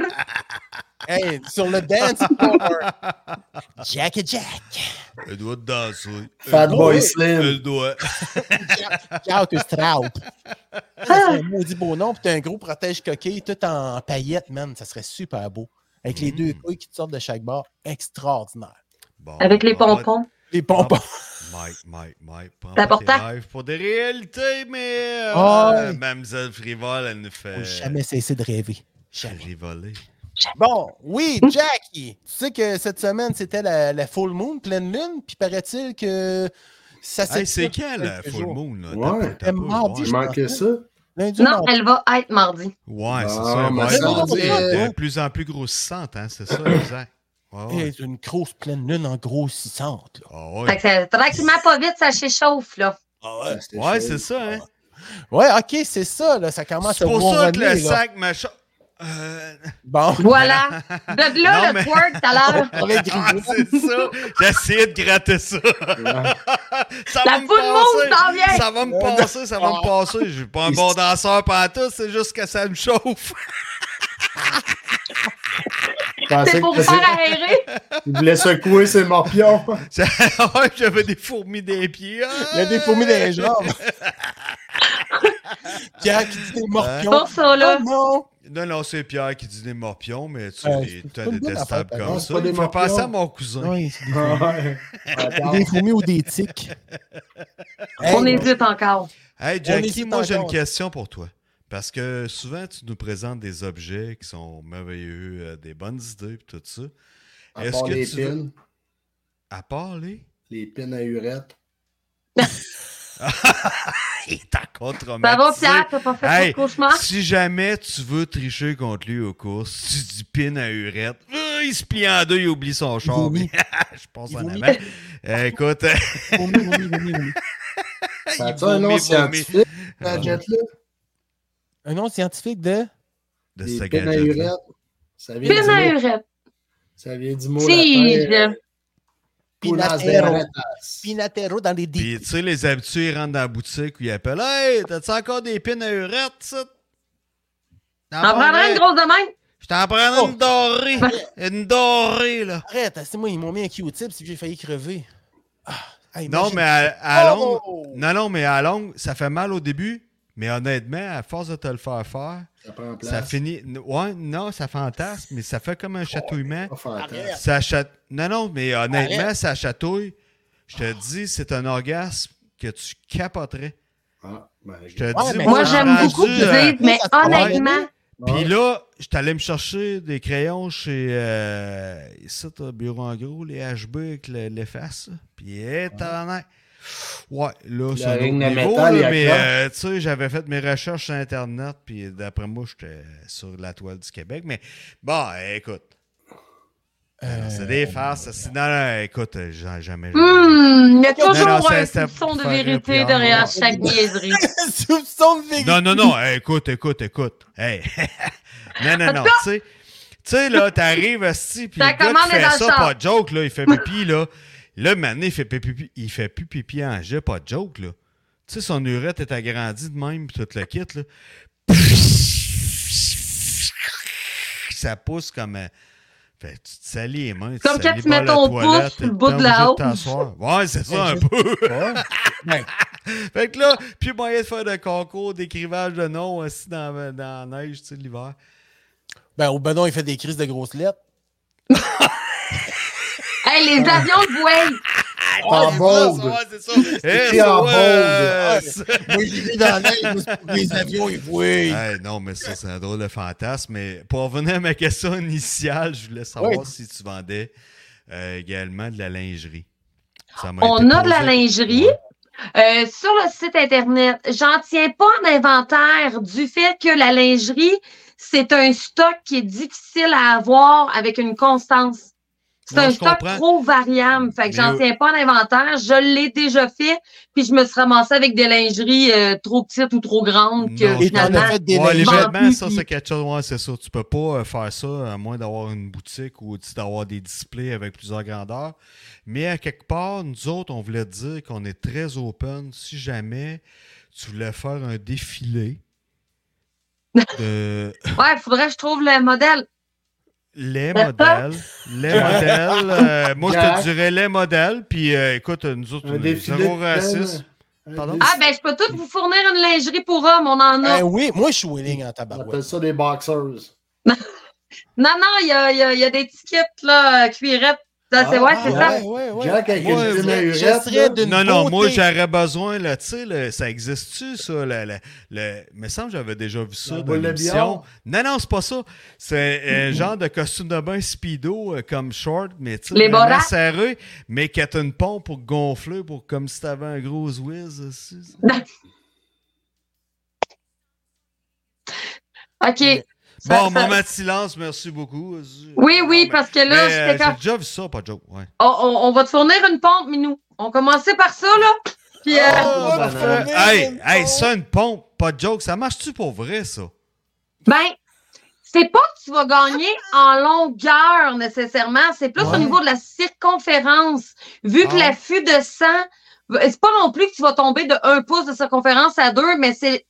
Hey, sur le dance floor. Jack et Jack.
Elle doit danser.
Fat
Elle
Boy
ouais.
Slim.
Elle doit.
Jack et Stroud. Ça serait un maudit beau nom. Puis t'as un gros protège coquille tout en paillettes, man. Ça serait super beau. Avec les
Mm.
deux couilles qui te sortent de chaque bord. Extraordinaire.
Bon,
Avec les
on va-
pompons.
Les bonbons.
Ah, Mike, Mike, Mike, prends
C'est
pas tes
important.
rêves pour des réalités, mais euh,
Ah
euh,
oui.
Mademoiselle Frivole, elle nous fait
Faut jamais cesser de rêver. Jamais.
rivoler.
Bon, oui, Jackie. Tu sais que cette semaine, c'était la, la full moon, pleine lune. Puis paraît-il que ça s'est.
Hey, c'est quand la full moon? Là?
Ouais.
T'as pas- t'as
Elle
pas-
mardi,
ouais.
Il manquait ça.
Lundi,
Non,
mardi.
elle va être mardi.
Ouais, c'est
Ah,
ça.
mais
Ouais,
ça, euh,
bon,
on
tu sais,
dirait,
de
ouais.
plus en plus grossissante, hein, c'est ça, exact. Ouais, ouais.
C'est une grosse pleine lune en grossissante. là.
Ah
Fait
ouais.
que ça- tranquillement, pas vite, ça s'échauffe, là.
Ah, c'était
Ouais,
chaud.
c'est ça, hein.
Ouais, ok, c'est ça. Là, ça commence
C'est
à
pour ça que
ronronner,
le
là.
sac, machin. Euh...
Bon.
Voilà. De là,
Non, mais-
le twerk tout à l'heure.
On est
Ah,
gris.
c'est ça! J'essayais de gratter ça!
Ouais.
ça
La
va me
foule moon
passer!
s'en vient.
Ça va me passer, ça va
Ah.
me passer. Je suis pas un bon danseur pantoute, c'est juste que ça me chauffe.
Je
Ah,
pensais
C'est pour
que
vous
c'est-
faire aérer.
Il voulait secouer ses morpions.
ah Ça- ouais, J'avais des fourmis des pieds. Ah!
Il y a des fourmis dans les jambes. Pierre qui dit des morpions.
Pour ça, là.
Oh non!
Non, non, c'est Pierre qui dit des morpions, mais tu
Ouais,
es
Euh, c'est
t'es
pas une bonne
détestable
affaire,
comme
non, c'est
ça.
pas des
Il fait penser à
morpions.
mon cousin.
Oui, c'est des fourmis.
Ouais.
des fourmis ou des tiques. Hey,
On hésite encore.
On
Hey,
hésite
Jackie, moi, j'ai une
encore.
question pour toi. Parce que souvent, tu nous présentes des objets qui sont merveilleux, euh, des bonnes idées, puis tout ça.
À
Est-ce
part
que
les
tu
pins,
veux- À part les.
les pins à urette.
Il est encore
Ça va,
traumatisé.
Pierre? Hein? T'as pas fait
Hey,
trop de cauchemar?
Si jamais tu veux tricher contre lui aux courses, tu dis pin à Urette. Euh, il se plie en deux, il oublie son char.
vomit.
mais- je pense
Il
en
vomit.
avant. Euh, écoute,
fourmis, fourmis, fourmis, fourmis.
Ça a-tu
vomit,
un nom
vomit.
scientifique, la là
Un nom scientifique de.
de
Les pins
ce
à
gadget.
urette. Ça vient
Pin à
du mot.
urette.
Ça vient du mot.
Si,
latin, euh,
je-
Punas de
Pinatero.
uretas.
Pinatero dans les
Puis, tu sais, les habitués ils rentrent dans la boutique où ils appellent Hey, t'as-tu encore des pins à Urette, ça T'en
On prendrait une grosse de même.
Je t'en prendrai une dorée. Une dorée, là.
Arrête, c'est moi, ils m'ont mis un Q-tip, c'est que j'ai failli crever. Ah, hey,
Non,
imagine-
mais à, à longue,
Oh!
non, non, mais à longue, ça fait mal au début, mais honnêtement, à force de te le faire faire,
Ça prend place.
ça finit. Ouais, non, ça fantasme, mais ça fait comme un chatouillement.
Oh,
Pas fantasme.
Arrête.
Ça chat... Non, non, mais honnêtement, ça chatouille. Je te dis, c'est un orgasme que tu capoterais.
Ah, ben,
Je te dis,
mais
moi,
Moi,
ça
j'aime
rend
beaucoup
du,
que
euh,
tu dises, mais
ça se travaille.
honnêtement,
Puis là, je t'allais me chercher des crayons chez. Euh, ici, t'as Bureau en gros, les HB avec le- l'efface. là. Puis, hé, t'en as. Ouais, là, c'est un autre
ring de
niveau,
métal,
là,
il y a
mais
quoi?
euh, tu sais, j'avais fait mes recherches sur Internet, puis d'après moi, j'étais sur la toile du Québec. Mais bon, écoute,
Euh,
c'est des farces. c'est- Non, non, écoute, euh, j'en ai jamais.
hmm, il y a
Non,
toujours
non, ça,
un
ça
petit son de
ferait
vérité
plaisir.
derrière chaque niaiserie.
Soupçon de vérité.
Non, non, non, hey, écoute, écoute, écoute. Hey. non, non, non, tu sais. Tu sais, là, t'arrives à puis le gars
Ta
qui
commande est
fait
dans le
ça,
char.
pas de joke, là, il fait pipi, là. Là, maintenant, il fait pipi, il fait plus pipi en jet, pas de joke, là. Tu sais, son urette est agrandie de même, pis tout le kit, là. Ça pousse comme... euh, Fait, que tu te salis les mains,
Comme quand
salis
tu
pas
mets
la
ton
toilette,
pouce sur le
t'es
bout de la
obligé
hausse.
t'asseoir. Ouais, c'est ça, un
je-
peu.
Ah, ben,
Fait que là, plus moyen de faire de concours d'écrivage de noms aussi dans, dans la neige, tu sais, l'hiver.
ben, au bedon, il fait des crises de grosses lettres.
Hey, les avions de Wade!
Ah,
En Ah, bold.
c'est ça, ouais, c'est ça. Eh,
Écrit en
ouais,
bold. Ah,
euh,
Ouais.
c'est-
Moi, j'ai vu dans l'air, moi, c'est pour les avions, ils voient.
Hey, non, mais ça, c'est un drôle de fantasme. Mais pour revenir à ma question initiale, je voulais savoir
Ouais.
si tu vendais euh, également de la lingerie. Ça m'a
On
été
a de la
posé.
lingerie.
Ouais.
Euh, sur le site Internet, j'en tiens pas en inventaire du fait que la lingerie, c'est un stock qui est difficile à avoir avec une constance. C'est
Non,
un
je
stock
comprends.
trop variable. Fait que
Mais,
j'en
euh,
tiens pas en inventaire. Je l'ai déjà fait, puis je me suis ramassée avec des lingeries euh, trop petites ou trop grandes que
Non,
Et t'en
finalement.
as fait des
Ouais, les
Vendu,
vêtements, ça,
puis-
c'est quelque chose. Ouais, c'est sûr. Tu peux pas euh, faire ça à moins d'avoir une boutique ou tu sais, d'avoir des displays avec plusieurs grandeurs. Mais à quelque part, nous autres, on voulait dire qu'on est très open. Si jamais tu voulais faire un défilé de
Ouais, faudrait que je trouve le modèle.
les modèles, les modèles. euh, moi, je te
Jack.
dirais les modèles. Puis euh, écoute, nous autres,
Un
on est
défilé.
zéro
de
raciste.
peine. Un
Pardon?
défilé.
Ah, ben, je peux tout vous fournir une lingerie pour homme. On en a.
Ben oui, moi, je suis willing en
Bah,
On
tabarouette.
appelle ça des boxers.
Non, non, il y a, il y a- il y a des tickets, là, euh, cuirettes. Ça, c'est
Ah,
ouais,
ah,
c'est
ouais.
ça.
ouais, ouais.
Jack avec
Moi,
une
je-
pin à
je
urette.
serais
là.
de- d'une
Non, non, moi
beauté.
j'aurais besoin, là, tu sais, le- ça existe-tu, ça? Le, le, le- me semble que j'avais déjà vu ça
La
dans
boule de
l'émission. Non, non, c'est pas ça. C'est un genre de costume de bain speedo euh, comme short, mais tu sais,
Les
vraiment
borax.
serré, mais qui a une pompe pour gonfler, pour comme si t'avais un gros whiz euh, aussi. ça.
OK. Ça-
Bon,
ça-
moment de silence, merci beaucoup.
Oui, oui,
Non,
parce que
mais-
là,
mais, euh,
j'étais
j'ai
comme,
déjà vu ça, pas de joke, ouais.
on, on- on va te fournir une pompe, Minou. On commençait par ça, là. Puis, euh,
Oh,
Ah,
ben,
banane.
ben,
Hey,
ben,
hey,
ben.
ça, une pompe, pas de joke, ça marche-tu pour vrai, ça?
ben, c'est pas que tu vas gagner en longueur nécessairement. C'est plus
Ouais.
au niveau de la circonférence. Vu que
Ah.
l'affût de sang, c'est pas non plus que tu vas tomber de un pouce de circonférence à deux, mais c'est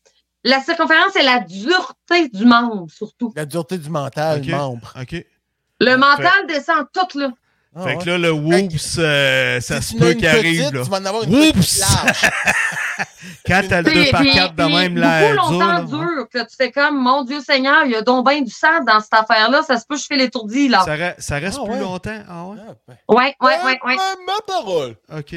la circonférence et la dureté du membre, surtout.
La dureté du mental,
Ok.
le membre.
OK.
Le mental descend tout, là.
Ah,
Fait
ouais.
que là, le whoops, euh, ça
Si tu
se
en as
peut
une
qu'il arrive,
petite,
là.
Tu vas en avoir une
Oups!
petite large.
Quand t'as le
Puis-
2 par
puis-
4 de
puis
même,
beaucoup
là, elle dure,
longtemps
là,
dur, que tu fais comme, mon Dieu Seigneur, il y a donc bien du sang dans cette affaire-là, ça se peut que je fais l'étourdi, là.
ça, re- ça reste
Ah,
plus
ouais.
longtemps. Ah ouais?
Ah, ben.
Ouais, ouais, ouais, ouais.
Ah, Ma parole!
OK.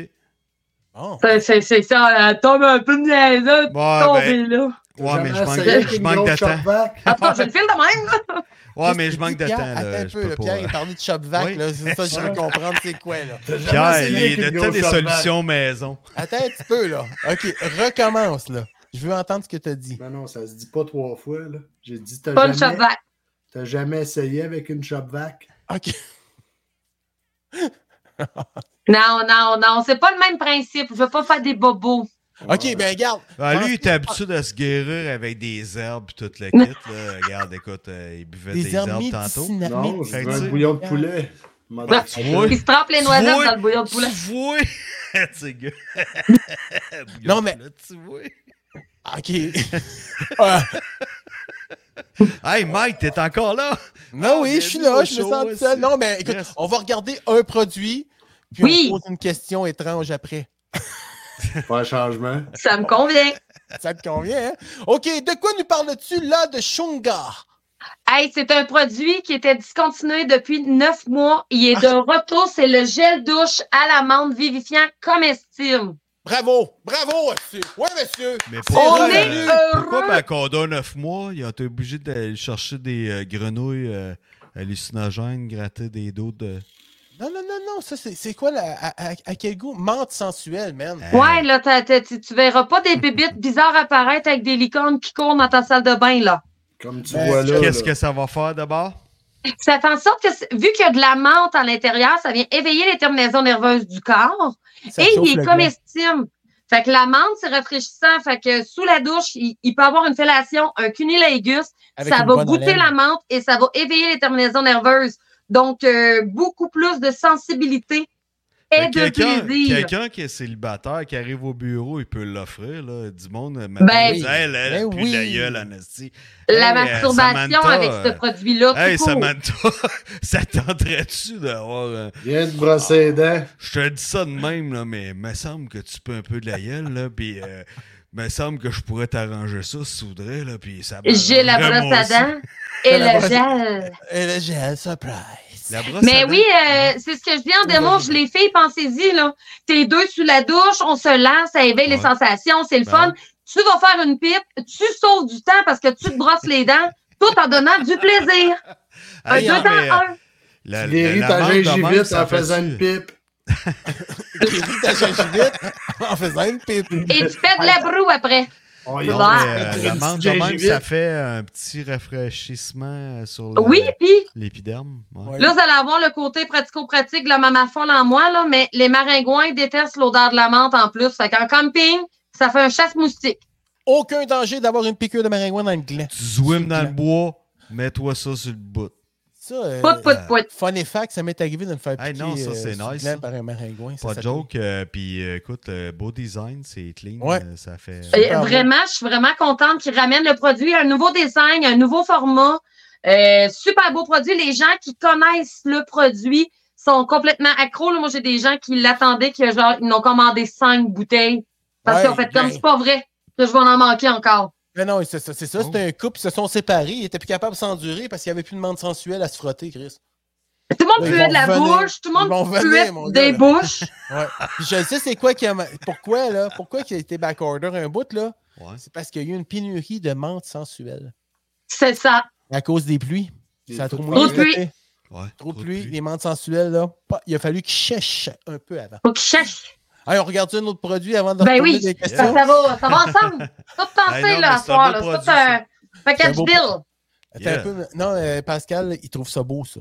Bon.
C'est- C'est c'est ça, là, tombe un peu de niaiseux,
Ouais,
tombé
ben,
là.
ouais, mais je
Jamais
manque,
essayé avec
je
une
manque de
grosse
temps.
shopback.
En tout cas, Ah, je le file de même, là.
Ouais,
Qu'est-ce
mais
que
je
tu
manque
dis,
de
Pierre?
temps.
Attends
Là,
un
je
peu,
peux
là,
pas,
Pierre,
euh,
il parlait de Shopvac,
Oui.
là, c'est ça, je veux comprendre c'est quoi, là.
J'ai jamais
Pierre,
essayé avec
il y a
une
toutes
grosse
des
shopback.
solutions maison.
Attends un petit peu, là. OK, recommence, là. Je veux entendre ce que tu as dit.
Non, non, ça se dit pas trois fois. là. J'ai dit, t'as
Pas le
jamais-
Shopvac.
t'as jamais essayé avec une shopvac.
OK.
Non, non, non, c'est pas le même principe. Je veux pas faire des bobos.
OK, ben regarde.
Ah, lui, il était habitué à se guérir avec des herbes et tout le kit. Là. Regarde, écoute, euh, il buvait des,
Des herbes
herbes tantôt.
médicinales.
Non, je
Hey,
veux
tu
un
sais-
bouillon de poulet. M'en
Ouais.
dis-tu pas?
Il se trempe les
Tu
noisettes
vois-
dans le bouillon de poulet.
Tu vois? tu sais, gars.
Non, mais-
Là, tu vois?
OK. Ah,
Hey, Mike, t'es encore là?
non, hein, oui, je suis là, je me sens tout seul. Non, mais écoute,
Yes.
on va regarder un produit, puis
Oui.
on pose une question étrange après.
Pas un changement.
Ça me convient.
Ça te convient, hein? OK, de quoi nous parles-tu, là, de Shunga?
Hey, c'est un produit qui était discontinué depuis neuf mois. Il est de retour. C'est le gel douche à l'amande vivifiant comestible.
Bravo! Bravo, monsieur! Oui, monsieur!
Mais
On
pourquoi,
est
euh,
heureux.
Pourquoi ben, qu'on donne 9 mois, il a été obligé d'aller chercher des euh, grenouilles euh, hallucinogènes, gratter des dos de.
Non, non, non, non, ça, c'est c'est quoi, la, à, à- à quel goût? Menthe sensuelle, man.
Euh,
Ouais, là, t'as- t'as- tu, tu verras pas des bébites bizarres apparaître avec des licornes qui courent dans ta salle de bain, là.
Comme tu
Ben,
vois là.
Qu'est-ce
là.
que ça va faire d'abord?
Ça fait en sorte que, c'est- vu qu'il y a de la menthe à l'intérieur, ça vient éveiller les terminaisons nerveuses du corps.
Ça
et
chauffe
Eh, il
le
est
gland.
comestible. Fait que l'amande, c'est rafraîchissant. Fait que sous la douche, il, il peut avoir une fellation, un cunilingus.
Avec
Ça
une
va
bonne
goûter
haleine.
la menthe et ça va éveiller les terminaisons nerveuses. Donc, euh, beaucoup plus de sensibilité et
Fait que
de
Ben, Quelqu'un
plaisir.
quelqu'un qui est célibataire, qui arrive au bureau, il peut l'offrir. là. Du monde, euh,
Ben-
dit, Hey, là,
Ben
puis
oui.
la gueule, Anastie.
la
Hey, euh,
masturbation
Samantha,
avec ce
euh,
produit-là, tout
Hey,
court.
Samantha, ça tenterait-tu d'avoir. euh,
Viens te brosser les dents.
Je te dis ça de même, là, mais me semble que tu peux un peu de la gueule, là, puis euh, me semble que je pourrais t'arranger ça si tu voudrais, là, puis ça
J'ai la
m'arrangerait, moi
brosse à
aussi.
dents et
La
le
brosse-
gel.
Et là, j'ai un surprise.
La brosse à
Mais
dents.
oui, euh, c'est ce que je dis en démo, je les fais, pensez-y, là. T'es deux sous la douche, on se lance, ça éveille les
Ouais.
sensations, c'est le
Ben
fun. Tu vas faire une pipe, tu sauves du temps parce que tu te brosses les dents, tout en donnant du plaisir. Un
Hey,
deux
non, mais, euh,
dans un.
la-
Tu
la-
guéris
la
ta
menthe de même,
gingivite
ça
en faisant
fait-tu-
une pipe.
J'ai ri ta gingivite en faisant une pipe.
Et tu fais de la
euh,
broue après.
On y
Mais,
Non,
va.
euh,
Tu
la
dis
menthe de même,
gingivite.
ça fait un petit rafraîchissement euh, sur le-
Oui, puis
l'épiderme. ouais.
Ouais.
Là, vous allez avoir le côté pratico-pratique de la maman folle en moi, là, mais les maringouins détestent l'odeur de la menthe en plus. Fait qu'en camping, ça fait un chasse-moustique.
Aucun danger d'avoir une piqûre de maringouin dans le gland.
Tu zoomes dans le bois, mets-toi ça sur le bout.
Ça, euh,
Pout, pout, pout.
fun et fact, ça m'est arrivé de me faire piquer
Hey, non, ça,
euh,
c'est
sur le
nice,
gland
ça.
par un maringouin. ça
Pas de
s'appelle.
joke, euh, puis euh, écoute, le beau design, c'est clean,
Ouais.
euh, ça fait...
Et-
Et vraiment, je suis vraiment contente qu'ils ramènent le produit, un nouveau design, un nouveau format. Euh, super beau produit. Les gens qui connaissent le produit sont complètement accros. là. Moi, j'ai des gens qui l'attendaient, qui genre, ils n'ont commandé cinq bouteilles. Parce
Ouais,
qu'ils ont fait comme
ben.
c'est pas vrai que je vais en manquer encore.
Mais non, c'est ça, c'est ça.
Oh.
C'était un couple, ils se sont séparés. Ils étaient plus capables de s'endurer parce qu'il n'y avait plus de menthe sensuelle à se frotter, Chris.
Tout le monde
Ils
puait
vont
de la
revenir.
bouche, tout le
Ils vont
monde
revenir,
puait
mon gars,
des
là.
bouches.
Puis je sais c'est quoi qui a... Pourquoi, là? Pourquoi qu'il a été backorder un bout, là?
Ouais.
C'est parce qu'il y a eu une pénurie de menthe sensuelle.
C'est ça.
À cause des pluies.
Des
Ça a trop
fous de
mouillé.
Trop de
cet
pluie.
été.
Ouais,
Trop de
de
pluie, les menthes sensuelles, là. pas- Il a fallu qu'ils cherchent un peu avant.
Faut qu'ils cherchent.
Allez, on regarde un autre produit avant de
Ben
retourner
oui.
des
Ça,
questions.
ça va, ça va ensemble. Tout pensé,
Hey, non, mais
là, à
c'est
soir,
un
là.
beau
C'est tout
produit,
un
C'est un
package
beau
deal.
Attends
Yeah.
un peu, mais- non, euh, Pascal, il trouve ça beau, ça.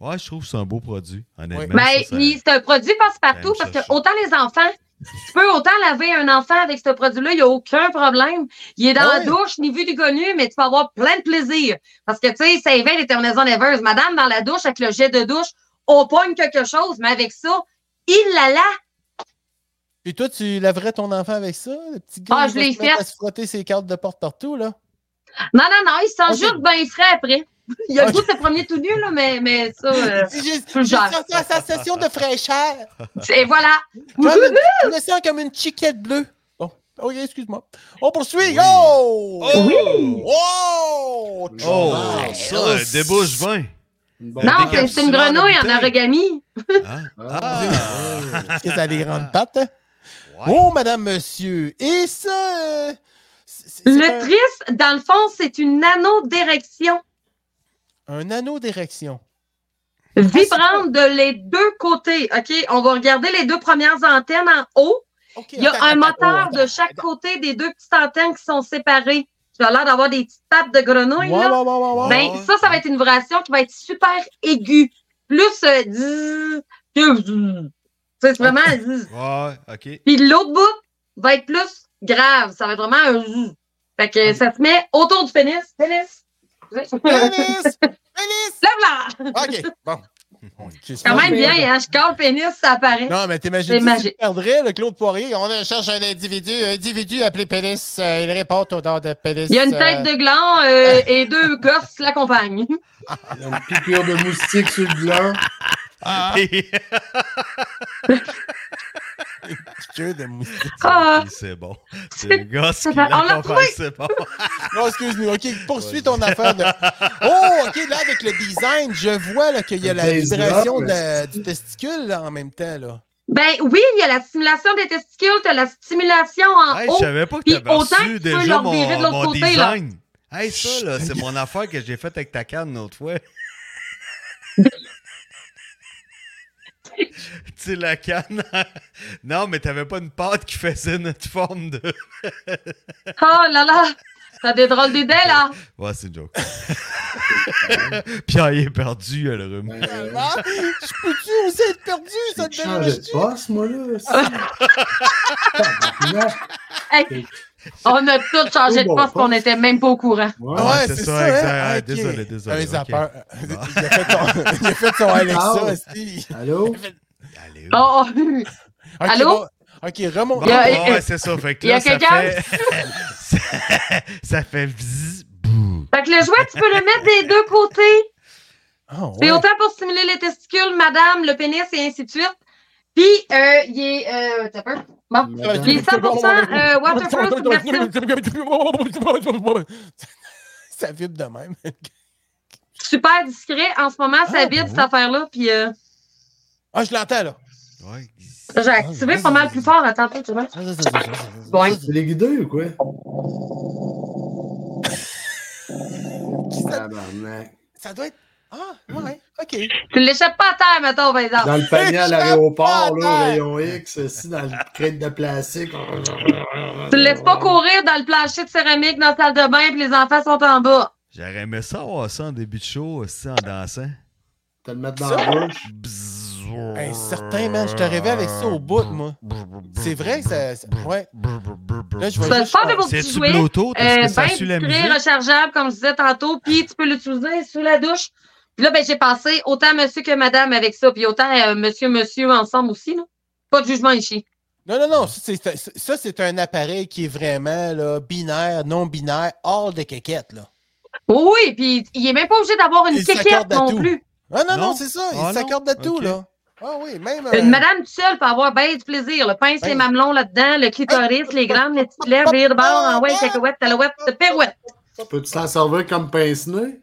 Ouais, je trouve que c'est un beau produit, honnêtement.
Ouais.
Ben,
ça, ça-
puis c'est un produit passe-partout
Ben,
parce que
ça, ça.
autant les enfants, tu peux autant laver un enfant avec ce produit-là, il n'y a aucun problème. Il est dans
Ah
la
ouais?
douche, ni vu ni connu, mais tu peux avoir plein de plaisir. Parce que, tu sais, ça éveille les terminaisons nerveuses. Madame, dans la douche, avec le jet de douche, on pogne quelque chose, mais avec ça, il la la.
Puis toi, tu laverais ton enfant avec ça? Le petit gars
Ah,
il
je
va
l'ai
se mettre
fait.
à se frotter ses cartes de porte partout, là.
Non, non, non, il sent
Ok.
juste bien frais après. Il y a le
Ok.
goût de se promener tout nu, là, mais, mais ça. euh,
C'est juste
tu le
j'ai
gères.
senti la sensation de fraîcheur.
Et voilà.
Je me- je me sens comme une chiquette bleue. Bon, OK, excuse-moi. On poursuit. Go!
Oh!
Oh!
Oh!
Wow.
Ça, un débouche 20.
Une bonne-
Non,
Des
c'est c'est
capsules
une grenouille en
en
origami.
Ah.
Ah.
Est-ce que ça a des grandes pattes? hein?
Ouais.
Oh, madame, monsieur. Et ça. euh, c'est- c'est- c'est
Le
un-
triste, dans le fond, c'est une nano-direction
Un anneau d'érection.
vibrante de les deux côtés. OK, on va regarder les deux premières antennes en haut.
OK,
Il y a
attends, attends,
un moteur
oh,
de chaque côté des deux petites antennes qui sont séparées. Tu as l'air d'avoir des petites pattes de
attends.
grenouille.
Ouais,
là.
ouais, ouais, ouais, ouais.
Ben,
ouais.
ça, ça va être une vibration qui va être super aiguë. Plus euh, zzz que zzz. Tu sais, C'est vraiment zzz.
Ouais, OK.
Puis l'autre bout va être plus grave. Ça va être vraiment un zzz. Fait que ça se met autour du pénis. Pénis. Lève
Pénis! Pénis!
là!
OK, bon. Ok, c'est
Quand
pas
même
vrai.
bien, hein? Je colle pénis, ça apparaît.
Non, mais
C'est
t'imagines si tu
magique.
perdrais le Claude Poirier. On euh, cherche un individu, un individu appelé pénis. euh, il répond au nom de pénis.
Il y a une tête de gland euh, et deux gosses qui l'accompagnent.
Il y a une piqûre de moustique sur le gland.
Ah,
Et-
queue de moustique.
Ah.
C'est bon. C'est le gosse qui
On l'a
l'a
trouvé.
C'est bon.
Non, excuse-nous. OK, poursuis ton affaire. De... Oh, OK, là, avec le design, je vois là, qu'il y a la
Base
vibration
drop,
de la- du testicule là, en même temps. Là.
Ben oui, il y a la stimulation des testicules, t'as la stimulation en
Hey, je
haut.
savais pas que
Puis
t'avais
autant que
reçu
tu peux
déjà
leur virer
mon,
de l'autre
mon
côté, là.
design. Hey, ça, là, c'est mon affaire que j'ai faite avec ta canne l'autre fois. tu sais, la canne. non, mais t'avais pas une pâte qui faisait notre forme de.
Oh là là! T'as des drôles d'idées, là!
Ouais, c'est une joke. Pierre, il est perdu, elle rhume.
Euh,
Ah, je peux-tu aussi être perdu,
J'ai
cette belle
changé de
énergie?
poste, moi, là. Ah, ben, Tabarnak.
Hey, on a tous changé de
Oh,
Bon,
poste,
bon.
on n'était même pas au courant.
Ouais.
Ouais,
Ah,
c'est
c'est
ça,
ça,
hein?
exact.
Ok.
Désolé, désolé,
Ah, les
ok.
zappeurs. Il a fait son, il a fait son Alexa
Ah.
aussi.
Allô?
Allez,
Oh, oh.
Ok,
Allô?
bon. OK, remonte. Ah,
Bon,
Il y a-
ouais, c'est ça. Fait que
il y a
là, ça
quelqu'un?
fait... ça- ça fait bzzz, bouh.
Fait que le jouet, tu peux le mettre des deux côtés.
Ah, ouais.
C'est autant pour stimuler les testicules, madame, le pénis et ainsi de suite. Puis, euh, il est. Euh, t'as peur? Bon.
Madame.
Il est 100% euh, waterproof, version
Ça vibre de même.
super discret. En ce moment, ça
Ah,
vibre,
ben
cette affaire-là. Puis, euh,
Ah, je l'entends, là.
Ouais.
j'ai activé pas mal plus fort. Attends, tu vois. Bon, hein.
C'est les guidés ou quoi?
ça,
Tabarnak.
ça doit être... Ah, ouais, OK.
Tu l'échappes pas à terre, mettons, par exemple.
Dans le panier à
Je
l'aéroport,
tape
là, au
Ah, pas,
rayon X, aussi, dans le crête de plastique.
Tu le laisses pas courir dans le plancher de céramique dans la salle de bain, puis les enfants sont en bas.
J'aurais aimé ça avoir ça en début de show, aussi, en dansant.
Te le mettre dans la bouche.
Bzzz.
Hey, certain, man, je te rêvais avec ça au bout, moi. C'est vrai que ça- ça- ouais. Là, je vais
Tu vas le
juste-
faire de vos petits
C'est-tu
jouets.
Bluetooth? Est-ce
Euh,
que ça
ben
suit la
discret,
musique?
rechargeable, comme je disais tantôt, puis tu peux l'utiliser sous la douche. Puis là, ben, j'ai passé autant monsieur que madame avec ça, puis autant euh, monsieur, monsieur ensemble aussi, là. Pas de jugement ici.
Non, non, non, ça, c'est- ça, ça, c'est un appareil qui est vraiment là, binaire, non-binaire, hors de quéquette, là.
Oui, puis il est même pas obligé d'avoir une
Il s'accorde
quéquette
à
non
tout.
plus.
Ah non, non,
Non?
c'est ça, il
Ah,
s'accorde à tout,
Ok.
là. Ah oui, même... euh,
Une madame toute seule peut avoir bien du plaisir. Le pince, les
Ben-
mamelons là-dedans, le clitoris, les grandes, les petites lèvres, les bords, en ouais, cacahuètes, talouettes, pirouettes.
Peux-tu t'en servir comme pince-nez?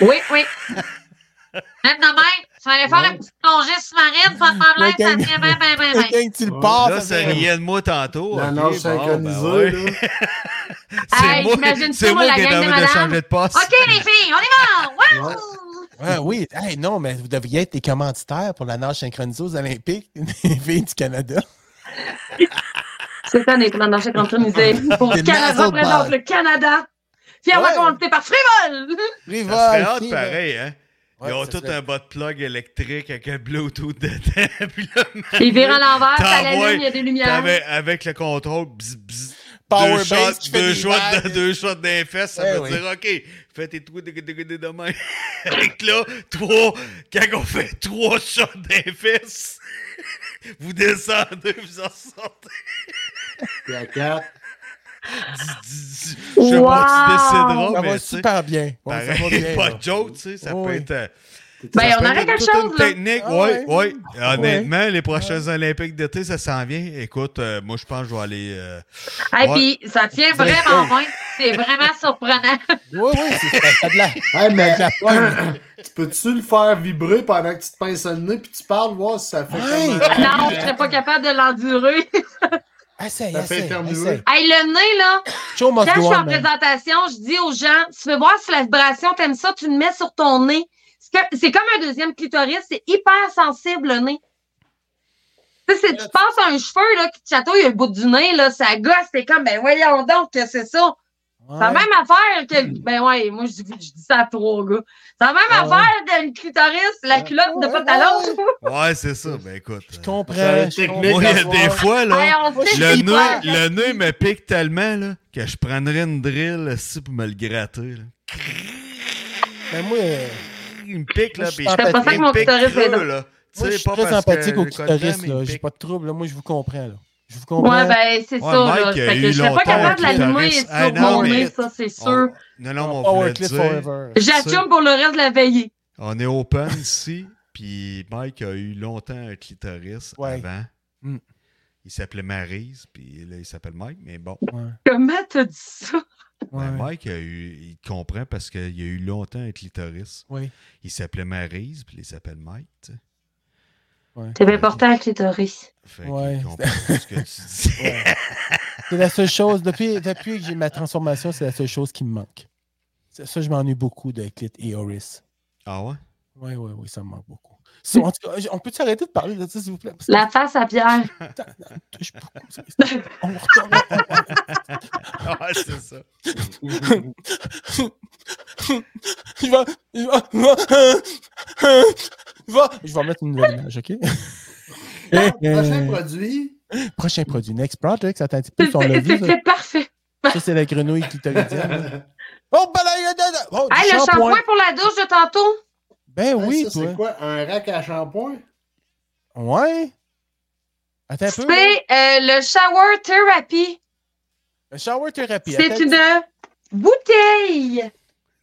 Oui, oui. Hein, Même demain, tu vas aller faire la petite plongée sous-marine, sans problème, ça te fait bien, bien, bien, bien.
Quelqu'un qui le
Ouais,
passe,
Oh, Là,
Ah, ça
ça
fait-
riait de moi
Oh,
tantôt.
La
ok,
nage
bon,
synchronisée,
ben ouais.
là.
Hey, j'imagine
c'est
ça, moi,
moi
la
qui ai
gang de
envie de
madame.
changer de poste.
OK, les filles, on y va!
Ouais.
Wouh!
Ouais, ah oui, Hey, non, mais vous devriez être des commanditaires pour la nage synchronisée aux Olympiques des filles du Canada.
Cette année, pour la marche synchronisée, pour
Des
le Canada,
nasal
représente
bags.
le Canada. Fièrement
Ouais.
commandité par Frivol!
Rival,
Ça serait hot
fille,
pareil, hein?
ouais,
Ils ont
ça
tout
serait-
un bas de plug électrique avec un Bluetooth dedans. Puis là,
Il vire à l'envers, ça
T'envoies-
l'allume, il y a des lumières.
t'avais- avec le contrôle, bzz, bzz,
Power
deux
base qui fait
shots, deux
des
shots, de-
vagues.
deux shots d'un fesses, ça
Ouais,
veut
oui.
dire, OK, fais tes trous de demain. Fait que là, trois, quand on fait trois shots d'un fesses, vous descendez, vous en sortez.
Puis à quatre.
Je sais pas, tu
Wow!
décideras,
Ça
mais
va
tu sais,
super bien. Ouais, ça va
pareil,
bien,
pas
là.
de joke, tu sais, ça
Ouais,
peut
ouais.
être... euh,
Ben, on
Toute
aurait quelque
une
chose, là.
technique,
Ah
oui,
ouais.
oui. Honnêtement, les prochaines Olympiques d'été, ça s'en vient. Écoute, euh, moi, je pense que je vais aller... euh,
Et
Ouais.
puis, ça tient vraiment bien. C'est vraiment surprenant.
Oui, oui, c'est ça. fait de la-
Hey, mais
de la poigne.
tu peux-tu le faire vibrer pendant que tu te pinces le nez puis tu parles, voir si ça fait
Ouais.
comme un-
Non, je serais pas capable de l'endurer.
Essaye,
Ça fait
essaye,
éternuer.
essaye.
Hey, le nez, là,
Show must
quand je
go
suis
on,
en
man.
présentation, je dis aux gens, tu veux voir si la vibration, t'aimes ça, tu le mets sur ton nez. C'est que- C'est comme un deuxième clitoris, c'est hyper sensible, le nez. Tu sais, c'est- tu passes un cheveu, là, qui te chatouille le bout du nez, là, ça gosse, t'es comme, ben voyons donc que c'est ça. C'est la
Ouais.
même affaire que. Ben ouais, moi je dis, je dis ça à trois gars. C'est la même
Ah ouais.
affaire d'une clitoris, la culotte de
Ouais,
pas à l'autre.
Ouais, c'est ça. Ben, écoute.
Je
euh,
comprends.
Ça,
je comprends.
technique.
Moi, il y a
D'avoir-
des fois, là...
Hey, on sait
Le
qu'il
nœud,
parle.
le nœud me pique tellement là, que je prendrais une drill ici pour me le gratter. Là.
Mais moi, euh,
Il me pique là,
Je
puis
fais pas
il
ça
avec
me
mon
pique
clitoris,
creux,
mais
là.
moi, je
Tu sais,
suis
pas
très
parce que
empathique aux
le code
clitoris,
dame, il
là.
me
J'ai
pique.
pas de trouble, là. Moi, je vous comprends, là. Je vous comprends.
Ouais, ben c'est
Ouais,
ça,
Mike,
là.
il a
Fait
eu
que je serais
longtemps
pas capable de
un
l'allumer
clitoris.
sur
Ah, non,
mon
mais-
nez, ça, c'est
On-
sûr.
Non, non, mais on voulait
Ah, Power
le
clip
dire.
forever.
J'assume pour le reste de la veillée.
On est open ici, puis Mike a eu longtemps un clitoris
Ouais.
avant.
Mm.
Il s'appelait Maryse, puis là, il s'appelle Mike, mais bon.
Comment t'as dit ça?
Ben,
Ouais.
Mike, a eu, il comprend parce qu'il a eu longtemps un clitoris.
Oui.
Il s'appelait Maryse, puis il s'appelle Mike, tu sais.
T'avais porté un clitoris.
Fait
Ouais.
qu'il comprend tout ce que tu dis.
Ouais. C'est la seule chose, depuis, depuis que j'ai ma transformation, c'est la seule chose qui me manque. C'est Ça, je m'ennuie beaucoup de Clit et Oris.
Ah ouais?
Oui, oui, oui, ça me manque beaucoup. So, en tout cas, on peut s'arrêter de parler de ça, s'il vous plaît? Parce que
La face à Pierre.
ça touche beaucoup. On retourne.
Ah, c'est ça.
Je vais, je vais, je vais, je vais mettre une nouvelle image, OK?
Prochain produit.
Prochain produit, Next Project, attends un petit peu, si on l'a vu. ça.
C'était parfait.
Ça, c'est la grenouille qui te le dit. Oh, ben là, il y a de- oh, du
Hey, le
shampoing.
shampoing pour la douche de tantôt.
Ben oui,
Hey, ça,
toi.
c'est quoi? Un rack à shampoing?
Ouais. Attends un
C'est
peu. là.
euh, le shower therapy.
Le shower therapy.
C'est
attends-
une bouteille.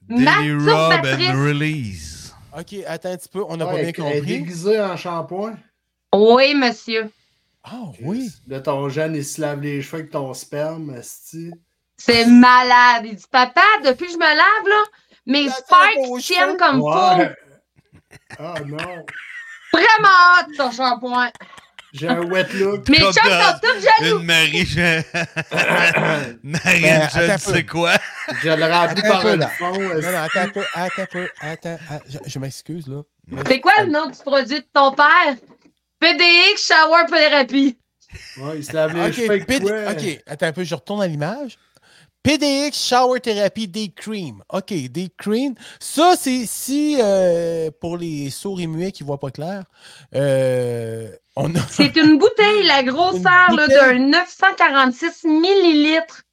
Daily Rob
Masturbatrice.
and Release.
OK, attends un petit peu. On n'a
Ouais,
pas
elle
bien
est
compris.
déguisée en shampoing.
Oui, monsieur.
Ah oui.
Là, ton jeune, il se lave les cheveux avec ton sperme, esti.
C'est malade. Il dit, papa, depuis que je me lave, là, mes
Ça tient pas aux
spikes
cheveux.
tiennent comme faux.
Ouais. Ah non.
Vraiment hâte, ton shampoing.
J'ai un wet look.
Mes
Comme
chums sont
dans-
tous jaloux.
Une Marie, je... Marie,
Ben, attends
je
un
ne sais
peu.
quoi.
Je le remplis
Attends un
par
peu,
le
là.
fond,
Non, non,
esti.
attends un peu. Attends un peu. Attends. ah, je je m'excuse, là.
C'est quoi le nom du produit de ton père? PDX Shower Therapy.
Ouais, il se lave les
OK,
cheveux avec
PD
quoi?
OK, attends un peu. Je retourne à l'image. PDX Shower Therapy Day Cream. OK, Day Cream. Ça, c'est si, euh, pour les sourds et muets qui ne voient pas clair, euh, on a...
C'est une bouteille, la grosseur
Une
là,
bouteille.
d'un 946 millilitres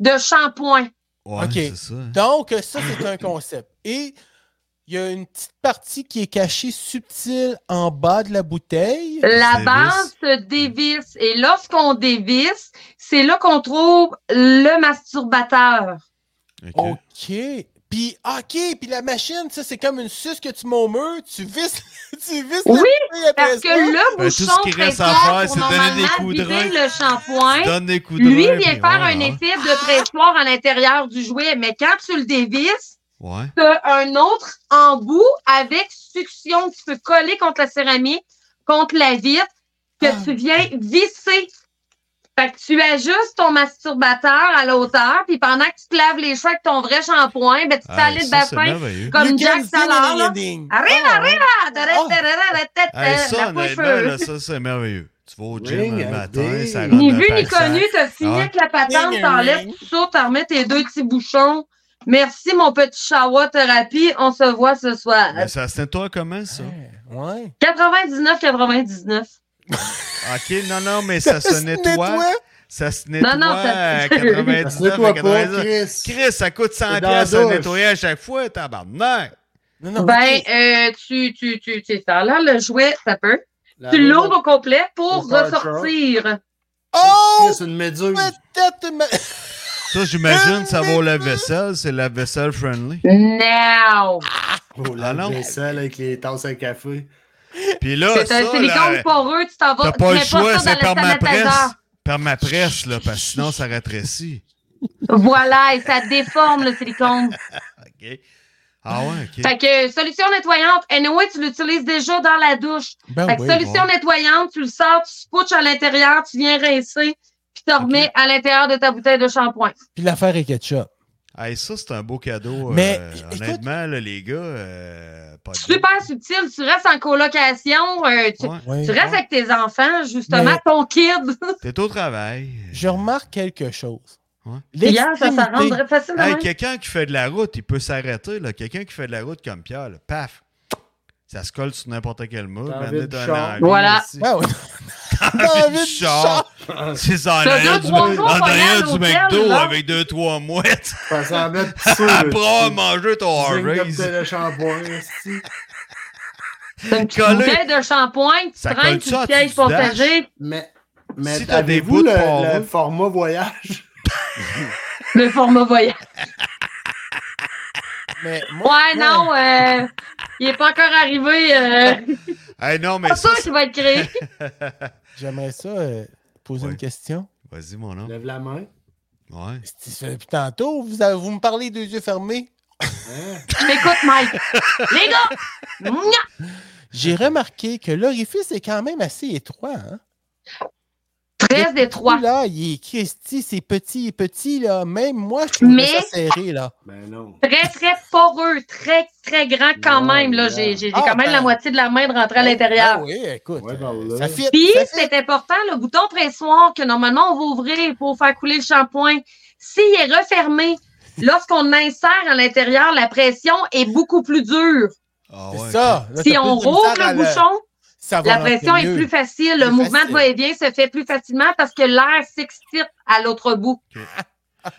de shampoing.
Ouais,
Ok.
c'est ça. hein.
Donc, ça, c'est un concept. Et il y a une petite partie qui est cachée subtile en bas de la bouteille.
La
Dévisse.
base se dévisse. Et lorsqu'on dévisse, c'est là qu'on trouve le masturbateur.
Ok.
Oh,
OK. Puis, OK, puis la machine, ça, c'est comme une suce que tu mets au mur, tu vis, tu vis la
Oui,
bouteille après
Parce que
ça.
le
Ben, tout ce
bouchon
qui reste à
pressoir
faire,
pour
c'est donner
normalement
des coups de
vider
rein.
le shampoing,
Donne des coups de
lui
rein,
vient
puis
faire
ouais, hein.
un effet de pressoir à l'intérieur du jouet. Mais quand tu le dévisses,
Ouais.
t'as un autre embout avec succion que tu peux coller contre la céramique, contre la vitre, que
Ah.
tu viens visser. Fait que tu ajustes ton masturbateur à la hauteur, puis pendant que tu te laves les cheveux avec ton vrai shampoing, ben, tu
Ah,
t'allais de
ça, c'est
baffin
merveilleux.
You
comme
can
Jack
see
Salar. là.
the ending.
Arrive,
Ah,
arrive, Ah, da, da, da, da, da, da, da,
Oh. Hey,
euh, la
ça,
peau aux
honnêtement,
cheveux.
là, ça, c'est merveilleux. Tu vas au gym
Ring
le
a
matin,
ding.
ça rentre
Ni
dans
vu
le
ni
pack-sac.
connu, t'as fini
Ah ouais.
avec la patente,
Ding,
t'enlèves
ding.
tout ça, t'en remets tes deux petits bouchons. Merci, mon petit shower thérapie. On se voit ce soir.
Mais ça se toi comment, ça?
Ouais.
99, 99.
OK, non, non, mais ça se nettoie. Ça se nettoie
Non, non, ça-
à
Ça se
99 à
nettoie pas,
99.
Chris.
Chris, ça coûte 100
C'est dans
pièces
la
à
douche.
nettoyer à chaque fois, tabarnak!
Non, non,
Ben,
ok.
euh, tu, tu, tu, tu ça. Là, le jouet, ça peut.
La
Tu
bonne-
l'ouvres au complet pour
Pour faire
ressortir.
Oh,
Chris, une méduse.
peut-être... ma-
Ça, j'imagine, ça va au lave-vaisselle. C'est lave-vaisselle friendly.
Now!
Oh,
Ah,
la
non.
vaisselle avec les tasses à café.
Puis là,
C'est
ça,
un silicone
là,
poreux, tu t'en vas.
t'as
tu
pas
mets
le choix,
ça
c'est
dans le sanitizer.
permapresse. Permapresse, là, parce que sinon, ça rétrécit.
Voilà, et ça déforme le silicone.
OK. Ah ouais, OK.
Fait que euh, solution nettoyante, anyway, tu l'utilises déjà dans la douche.
Ah
Ben
Fait que
oui,
solution
bon.
nettoyante, tu le sors, tu spouches à l'intérieur, tu viens rincer, puis tu remets à l'intérieur de ta bouteille de shampoing.
Puis l'affaire est ketchup.
Hey, ça, c'est un beau cadeau.
Mais,
euh,
écoute-
honnêtement, là, les gars, euh, pas de
Super subtil, tu restes en colocation, euh, tu,
Ouais.
Oui.
tu restes avec tes enfants, justement,
Mais-
ton kid.
T'es au travail.
Je remarque quelque chose.
Ouais.
Hier, ça, ça
L'extrémité-
rendrait facile. de
Hey,
même.
quelqu'un qui fait de la route, il peut s'arrêter. là. Quelqu'un qui fait de la route comme Pierre, là, paf! Ça se colle sur n'importe quel mot.
T'as
mais
envie
amener
de
dans
char.
la vie
Voilà.
aussi.
Ouais, ouais.
T'as envie
envie
de
de
char. C'est ça, en
T'as
arrière
deux,
du,
trois
en
jours pour aller
arrière du
à l'hôtel,
McDo
là.
avec deux, trois mouettes.
Parce qu'en mettre petit saut, là,
Après avoir
tu-
mangé ton
tu signes ta
Harvey's.
bouteille de shampoing, esti.
T'as une petite
collé.
bouteille de shampoing, tu
Ça
traînes,
colle
tu
ça à
pièges
tout
pour
du dash.
partager
Mais, mais
Si t'as des bouts
avez-vous
de
le,
porc,
le format voyage?
le format voyage.
Mais moi,
Ouais, non, euh, il est pas encore arrivé. Euh,
Hey, non, mais
c'est
ça,
ça qui va être créé.
j'aimerais ça euh, poser
Ouais.
une question.
c'est- Vas-y, mon homme.
Lève la main.
Ouais.
C'est- ça fait Depuis tantôt, vous, avez- vous me parlez deux yeux fermés.
Hein?
Je m'écoute, Mike. Les gars! Mia!
J'ai remarqué que l'orifice est quand même assez étroit. Hein?
13 des 3.
Lui, Là, il est Christy, c'est petit, et petit. Là. Même moi, je trouve
Mais-
ça serré. Là.
Ben non.
Très, très poreux. Très, très grand quand
Non,
même. Là,
non.
j'ai, j'ai, j'ai
Ah,
quand même
ben.
la moitié de la main de rentrer à
Ah
l'intérieur.
oui, écoute.
Ouais, ben,
euh, ça
là.
fit.
Puis,
ça fit.
c'est important, le bouton pressoir que normalement on va ouvrir pour faire couler le shampoing, s'il est refermé, lorsqu'on insère à l'intérieur, la pression est beaucoup plus dure.
Ah
C'est
ouais,
ça. Mm. Là,
Si
t'as
on
plus de misère
rouvre
à
le bouchon,
ça va
La
rentrer
pression est
mieux.
plus facile.
Plus
Le mouvement de
facile.
va-et-vient se fait plus facilement parce que l'air s'extirpe à l'autre bout.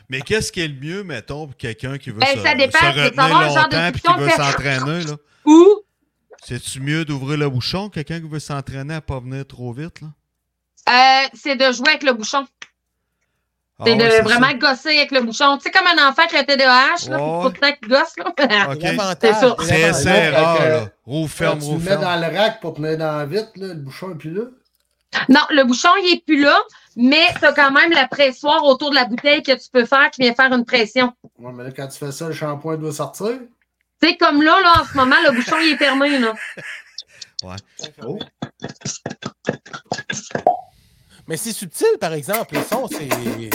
Mais qu'est-ce qui est le mieux, mettons, pour quelqu'un qui veut
Ben,
se,
ça dépend,
se
c'est
retenir
d'avoir le genre de
longtemps et qui
discussion
veut
que-
s'entraîner? là?
Ou
C'est-tu mieux d'ouvrir le bouchon, quelqu'un qui veut s'entraîner à pas venir trop vite? là?
euh, c'est de jouer avec le bouchon.
Ah
C'est
ouais,
de
ça.
vraiment gosser avec le bouchon. Tu sais, comme un enfant qui a TDAH,
Ouais,
là, faut
ouais.
tout le temps qu'il gosse. Là.
Ok.
L'avantage,
C'est sûr.
C'est
l'avantage.
c'est
là,
rare,
fait que-
là. Rouvre, ferme,
euh, Ah, tu le
rouvre,
mets
ferme.
dans le rack pour tenir dans la vitre, là, le bouchon est plus là.
non, le bouchon, il est plus là, mais tu as quand même la pressoir autour de la bouteille que tu peux faire qui vient faire une pression.
Ouais, mais là, quand tu fais ça, le shampoing doit sortir.
Tu sais, comme là, là, en ce moment, le bouchon, il est fermé. Là.
Oh.
Mais c'est subtil, par exemple. Le son, c'est.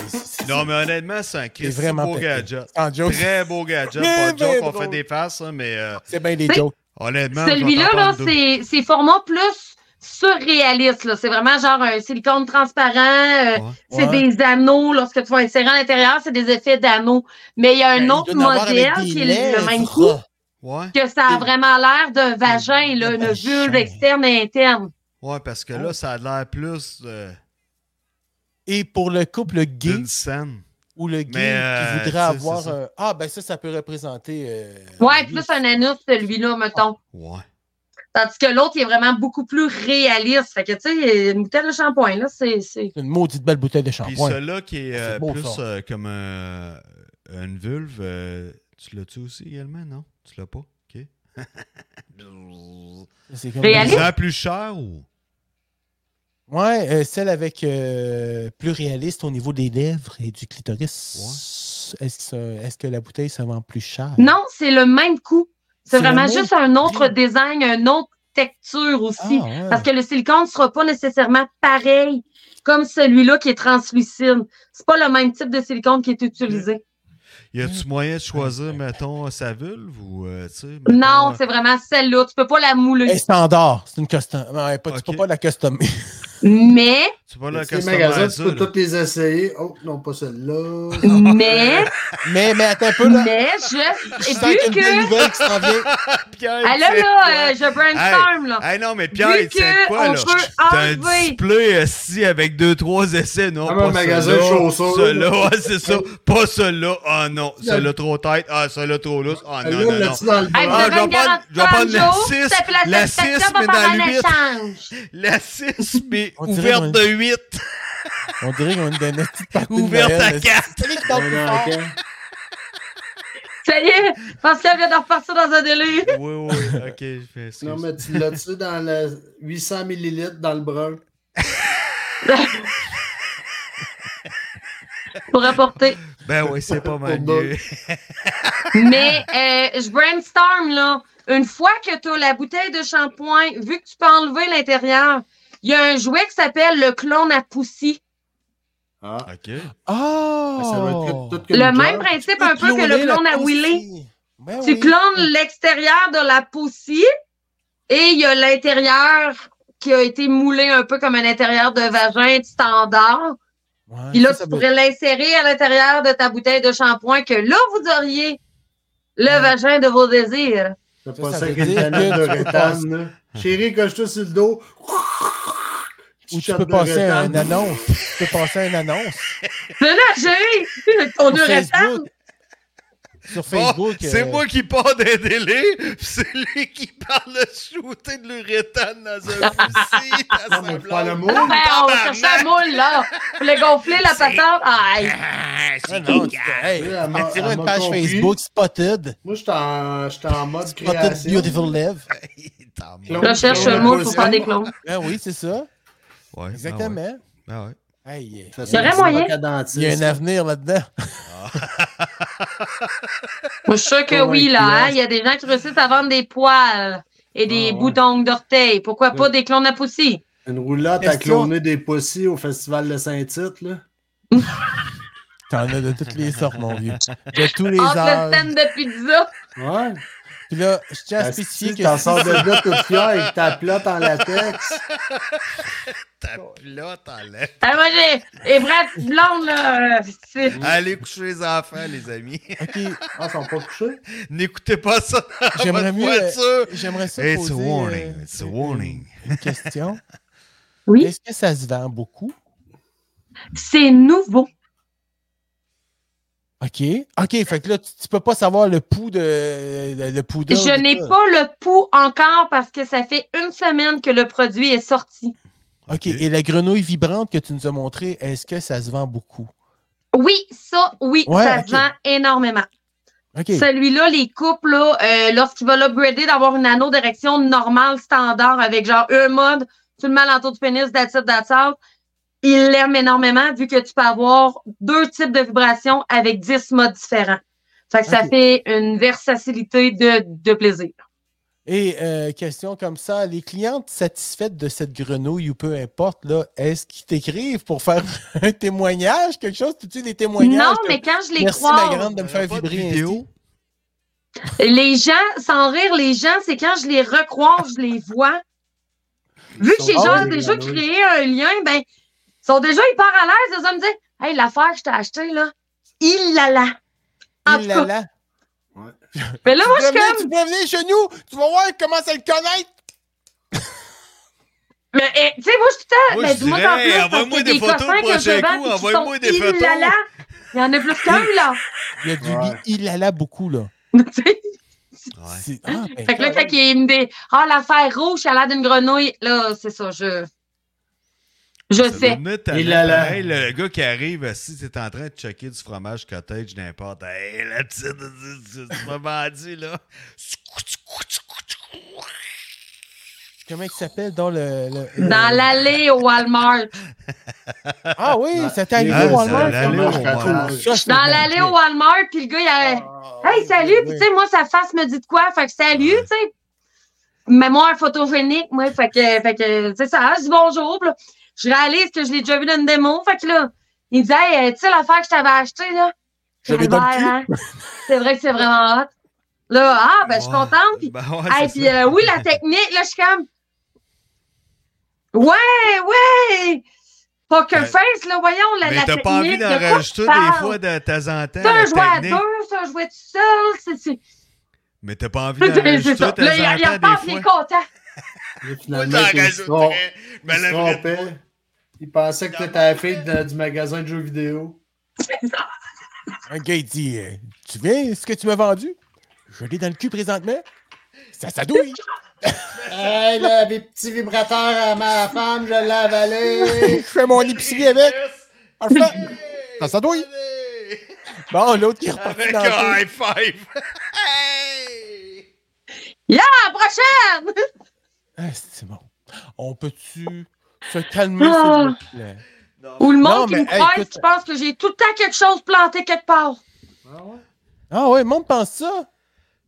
c'est-
Non, mais honnêtement, c'est un Christ,
vraiment
beau
pété.
gadget.
En joke,
Très beau gadget.
Mais
Pas de joke,
ben
on
drôle.
fait des faces, hein, mais euh,
c'est bien des
Mais-
jokes.
honnêtement. je vais
Celui-là,
t'en
là,
prendre deux.
c'est, c'est format plus surréaliste. Là. C'est vraiment genre un silicone transparent. euh,
Ouais.
C'est
Ouais.
des anneaux. Lorsque tu vas insérer à l'intérieur, c'est des effets d'anneaux. Mais il y a un
Ben, il
autre
doit en avoir
modèle
avec des
qui est le même
lèvres.
coup,
Ouais.
que ça a vraiment l'air d'un vagin, là, une
vagin.
vulve externe et interne.
Ouais, parce que
Oh.
là, ça a l'air plus euh,
Et pour le couple gay
d'une scène.
ou le gay
Mais, euh,
qui
tu sais,
voudrait avoir
c'est ça.
un. Ah, ben ça, ça peut représenter. euh,
Ouais,
lui.
plus un anus, celui-là, mettons.
Ouais.
Tandis que l'autre, il est vraiment beaucoup plus réaliste. Fait que, tu sais, une bouteille de shampoing, là, c'est. c'est...
C'est une maudite belle bouteille de
Puis
shampoing.
celui-là qui est,
C'est
euh,
beau,
plus
ça.
euh, comme un- une vulve, euh, tu l'as-tu aussi également? Non? Tu l'as pas? OK.
C'est comme-
Réaliste?
C'est plus cher ou.
Ouais, euh, celle avec euh, plus réaliste au niveau des lèvres et du clitoris. Est-ce que, ça- est-ce que la bouteille se vend plus cher?
Non, c'est le même coup. C'est,
C'est le
vraiment
même
juste un autre
prix.
design, une autre texture
Ah,
aussi.
ouais.
Parce que le silicone ne sera pas nécessairement pareil comme celui-là qui est translucide. C'est pas le même type de silicone qui est utilisé.
Y a-tu
Mmh.
moyen de choisir,
Ouais.
mettons, sa vulve ou. euh, tu sais,
Mm.
mettons,
Non,
Ah.
euh,
c'est vraiment celle-là. Tu peux pas la mouler.
Elle est standard. C'est une custom. Ouais, pas-
Ok.
Tu peux pas la customer.
Mais,
Tu vas là,
Tu sais, les
customiser
magasins, tu
ça,
peux
là.
toutes les essayer. Oh, non, pas celle-là.
Ah.
mais,
mais, mais attends un peu là.
mais, je. Et vu
qu'il y a une
que.
nouvelle qui s'en vient.
Pierre,
Ah là,
tu sais
là,
quoi?
euh, je brainstorm, là.
Hey, non, mais Pierre,
Vu
il sait
que
quoi,
on
là?
peut
T'as un
enlever-
display assis avec deux, trois essais, non?
Comme
pas
un magasin
ceux-là,
de chaussures.
Ceux-là, ouais, c'est ça. Pas ceux-là. Ah non, ceux-là trop tête. Ah, ceux-là trop lousse. Ah non,
Celle-là,
non, non.
l'as-tu dans le
Hey, vous
Ah,
bras?
avez
je vais
une
prendre- je vais
garantie
prendre
de
la
trente jours,
six,
ça fait
la
la
six,
satisfaction
mais
va
dans
faire un
le huit.
échange.
La 6, mais
On dirait
ouverte
dans
de 8.
On dirait qu'on est dans une petite partie de
Ouvert
Noël,
ta
là.
carte.
C'est lui qui parle
Ouais,
plus
non,
fort.
ok.
Ça y est, Pascal vient de repartir dans un délire.
Oui, oui, ok. Je fais excuse.
Non, mais tu l'as-tu dans le 800 ml dans le brun?
pour apporter.
Ben oui, c'est pas mal
Pour
mieux.
Mais euh, je brainstorm, là. Une fois que tu as la bouteille de shampoing, vu que tu peux enlever l'intérieur, il y a un jouet qui s'appelle le clone à poussy.
Ah,
Ok.
Ah!
ça va être tout, tout comme
Le
Jar.
même principe un peu que le clone à Willy.
Ah
Ben
Tu clones l'extérieur de la poussy et il y a l'intérieur qui a été moulé un peu comme un intérieur de vagin standard. Puis là, tu pourrais l'insérer à l'intérieur de ta bouteille de shampoing que là, vous auriez le
Ouais.
vagin de vos désirs.
C'est
Ça,
pas
ça
ça
veut
qu'une
dire
canette
que
de
tu peux
rétane,
passer-
là. Chérie, coche-toi sur le dos.
Ou tu
shot
peux
de
passer à
rétane.
une annonce. Tu peux passer à une annonce.
Mais là, j'ai ton
Sur
urethane.
Facebook. Sur
Bon,
Facebook.
c'est
euh,
moi qui pars d'un délai, pis c'est lui qui parle de shooter de l'uréthane dans un fusil. à
Non, mais
sa
faut pas le
blonde. Ah,
mot.
Non, ben, on
Oh, Tabarnak.
cherchait un moule, là. Pour le gonfler, la patate. Aïe.
Ah,
ah
c'est
non,
qui,
tu-
gars?
hey,
Elle m'a-
Partir
elle
une
m'a
page
compris.
Facebook Spotted.
Moi, j'étais en, j'étais en mode
Spotted
création.
Beautiful Love.
T'en mets.
Clone.
Là, je cherche
oh,
un moule pour faire des clones.
Ben oui, c'est ça.
Ouais, ah
Exactement.
ouais, ah ouais.
Hey, euh,
Ça, c'est
Il y aurait
un petit
moyen.
bac à dentiste.
il y a un avenir là-dedans.
Moi, je suis sûre que
Comme un
oui, là. hein.
kiosque.
Il y a des gens qui réussissent à vendre des poils et des
Ah, ouais.
boutons d'orteils. Pourquoi pas
Ouais.
des clones à poussy?
Une roulotte à
Question.
cloner des poissons au festival de Saint-Tite, là.
T'en as de toutes les sortes, mon vieux. De tous les
Entre le
âges.
stand de pizza.
Ouais.
Puis là, je tiens à
Asti,
spécifier que
Ben, T'en sors de là tout fier avec ta plate en latex.
Ta pilote en l'air.
Ah, moi, j'ai. Et bref, blonde, là. euh, c'est-
Allez coucher les enfants, les amis.
OK,
Ah, ils sont pas couchés.
N'écoutez pas ça dans votre
J'aimerais mieux, euh,
voiture.
j'aimerais ça
It's
poser
a
euh,
warning. It's a
une-
warning.
une question.
Oui,
Est-ce que ça se vend beaucoup?
c'est nouveau.
OK. OK, fait que là, tu, tu peux pas savoir le pouls de, de- le pouls d'or
Je
de
n'ai
ça.
pas le pouls encore parce que ça fait une semaine que le produit est sorti.
OK, et la grenouille vibrante que tu nous as montrée, est-ce que ça se vend beaucoup?
Oui, ça, oui,
Ouais,
ça
ok.
se vend énormément.
OK.
Celui-là, les couples, là, euh, lorsqu'il va l'upgrader d'avoir une anneau d'érection normale, standard, avec genre un mode, tout le mal autour du pénis, that's it, that's out, il l'aime énormément vu que tu peux avoir deux types de vibrations avec dix modes différents. Fait que ça
Ok.
fait une versatilité de, de plaisir.
Et euh, question comme ça, les clientes satisfaites de cette grenouille ou peu importe, là, est-ce qu'ils t'écrivent pour faire un témoignage, quelque chose? Tu sais, des témoignages?
Non,
comme,
mais quand je les
Merci,
croise,
ma grande, de me
On
faire
a pas de
vibrer. ainsi.
vidéo.
les gens, sans rire, les gens, c'est quand je les recroise, je les vois. Vu que
Ils
j'ai
sont
genre
bons, les
déjà
grenouilles.
créé un lien, ben, ils sont déjà hyper à l'aise. Ils vont me dire Hey, l'affaire que je t'ai achetée, là, il la la. En
Il
tout
la
cas,
la.
mais là, Ah, moi, je
Tu
suis
peux venir,
comme.
tu peux venir chez nous, tu vas voir comment ça le connaître.
Mais, eh, tu sais, moi, je suis tout le temps.
Moi,
Mais
je
dis-moi
dirais,
qu'en plus, parce
envoie-moi
que
des
des
photos
cossins
le
que je
prochain coup,
vends, puis qui
envoie-moi
sont
des
il
photos.
la la. Il y en a plus qu'un, là.
Il y a du
Ouais.
il la la beaucoup, là.
Tu sais?
Ouais.
C'est- ah, ben,
Fait que là, quand il me dit Ah, l'affaire rouge, elle a l'air d'une grenouille, là, c'est ça, je. Je
Ça doit
sais.
venir tellement
Et là, là.
pareil, le, le gars qui arrive, euh, si t'es en train de checker du fromage cottage n'importe, hey, la petite, tu tu m'as vendu, là.
Comment il s'appelle dans le. le-
Dans l'allée au Walmart.
Ah oui, ça t'est arrivé
Ah,
au
ça,
Walmart.
l'allée
ça,
au
je
Walmart.
trouve ça, c'est
dans
bon.
l'allée au Walmart, puis le gars, il a Hey, salut! Puis, tu sais, moi, sa face me dit de quoi? Fait que salut,
Ah, Ouais.
tu sais. Mémoire photogénique, moi, fait que, fait que c'est ça, je dis bonjour. puis là, je réalise que je l'ai déjà vu dans une démo. Fait que là, il me dit, hey, euh, tu sais, l'affaire que je t'avais achetée, là?
Je l'ai dans le
Calvaire, hein? C'est vrai que c'est vraiment hot. Là, ah, ben, je suis
Ouais.
contente. Puis,
Ben ouais,
hey,
c'est
puis,
ça.
euh, oui, la technique, là, je suis comme. Ouais, ouais! Poker
Ben,
face, là, voyons, la,
Mais
la
t'as
technique.
pas envie d'en
de quoi tu
rajouter des
parles?
fois de temps en temps. la
Ça, un jouet à
technique?
deux, ça, un jouet tout seul. c'est- c'est-
Mais t'as pas envie d'en
C'est
rajouter
c'est
de temps
ça.
en
Là, il y a- il y a
temps
pas,
des
il est
fois.
content.
Et
Moi,
finalement,
j'en
ils se trom-
rajouterais.
ils
Mais
se
ben, la vraie-
trompaient. Ils pensaient que t'étais la fille de- du magasin de jeux vidéo.
Un gars, il dit euh, Tu viens, ce que tu m'as vendu Je l'ai dans le cul présentement. Ça s'adouille.
Hey, là, des petits vibrateurs à ma femme, je l'ai avalé.
je fais mon épicerie avec. Parfait. Ça, ça douille. Bon, l'autre qui est reparti
Avec
dans
un
le trou.
high five. Hey!
À la prochaine!
Ah, c'est bon. On peut-tu se calmer, s'il
Ah.
vous plaît?
Ou le
Non,
monde qui
mais,
me
hey,
croise,
écoute-
qui pense que j'ai tout le temps quelque chose planté quelque part.
Ah ouais?
Ah ouais, le monde pense ça?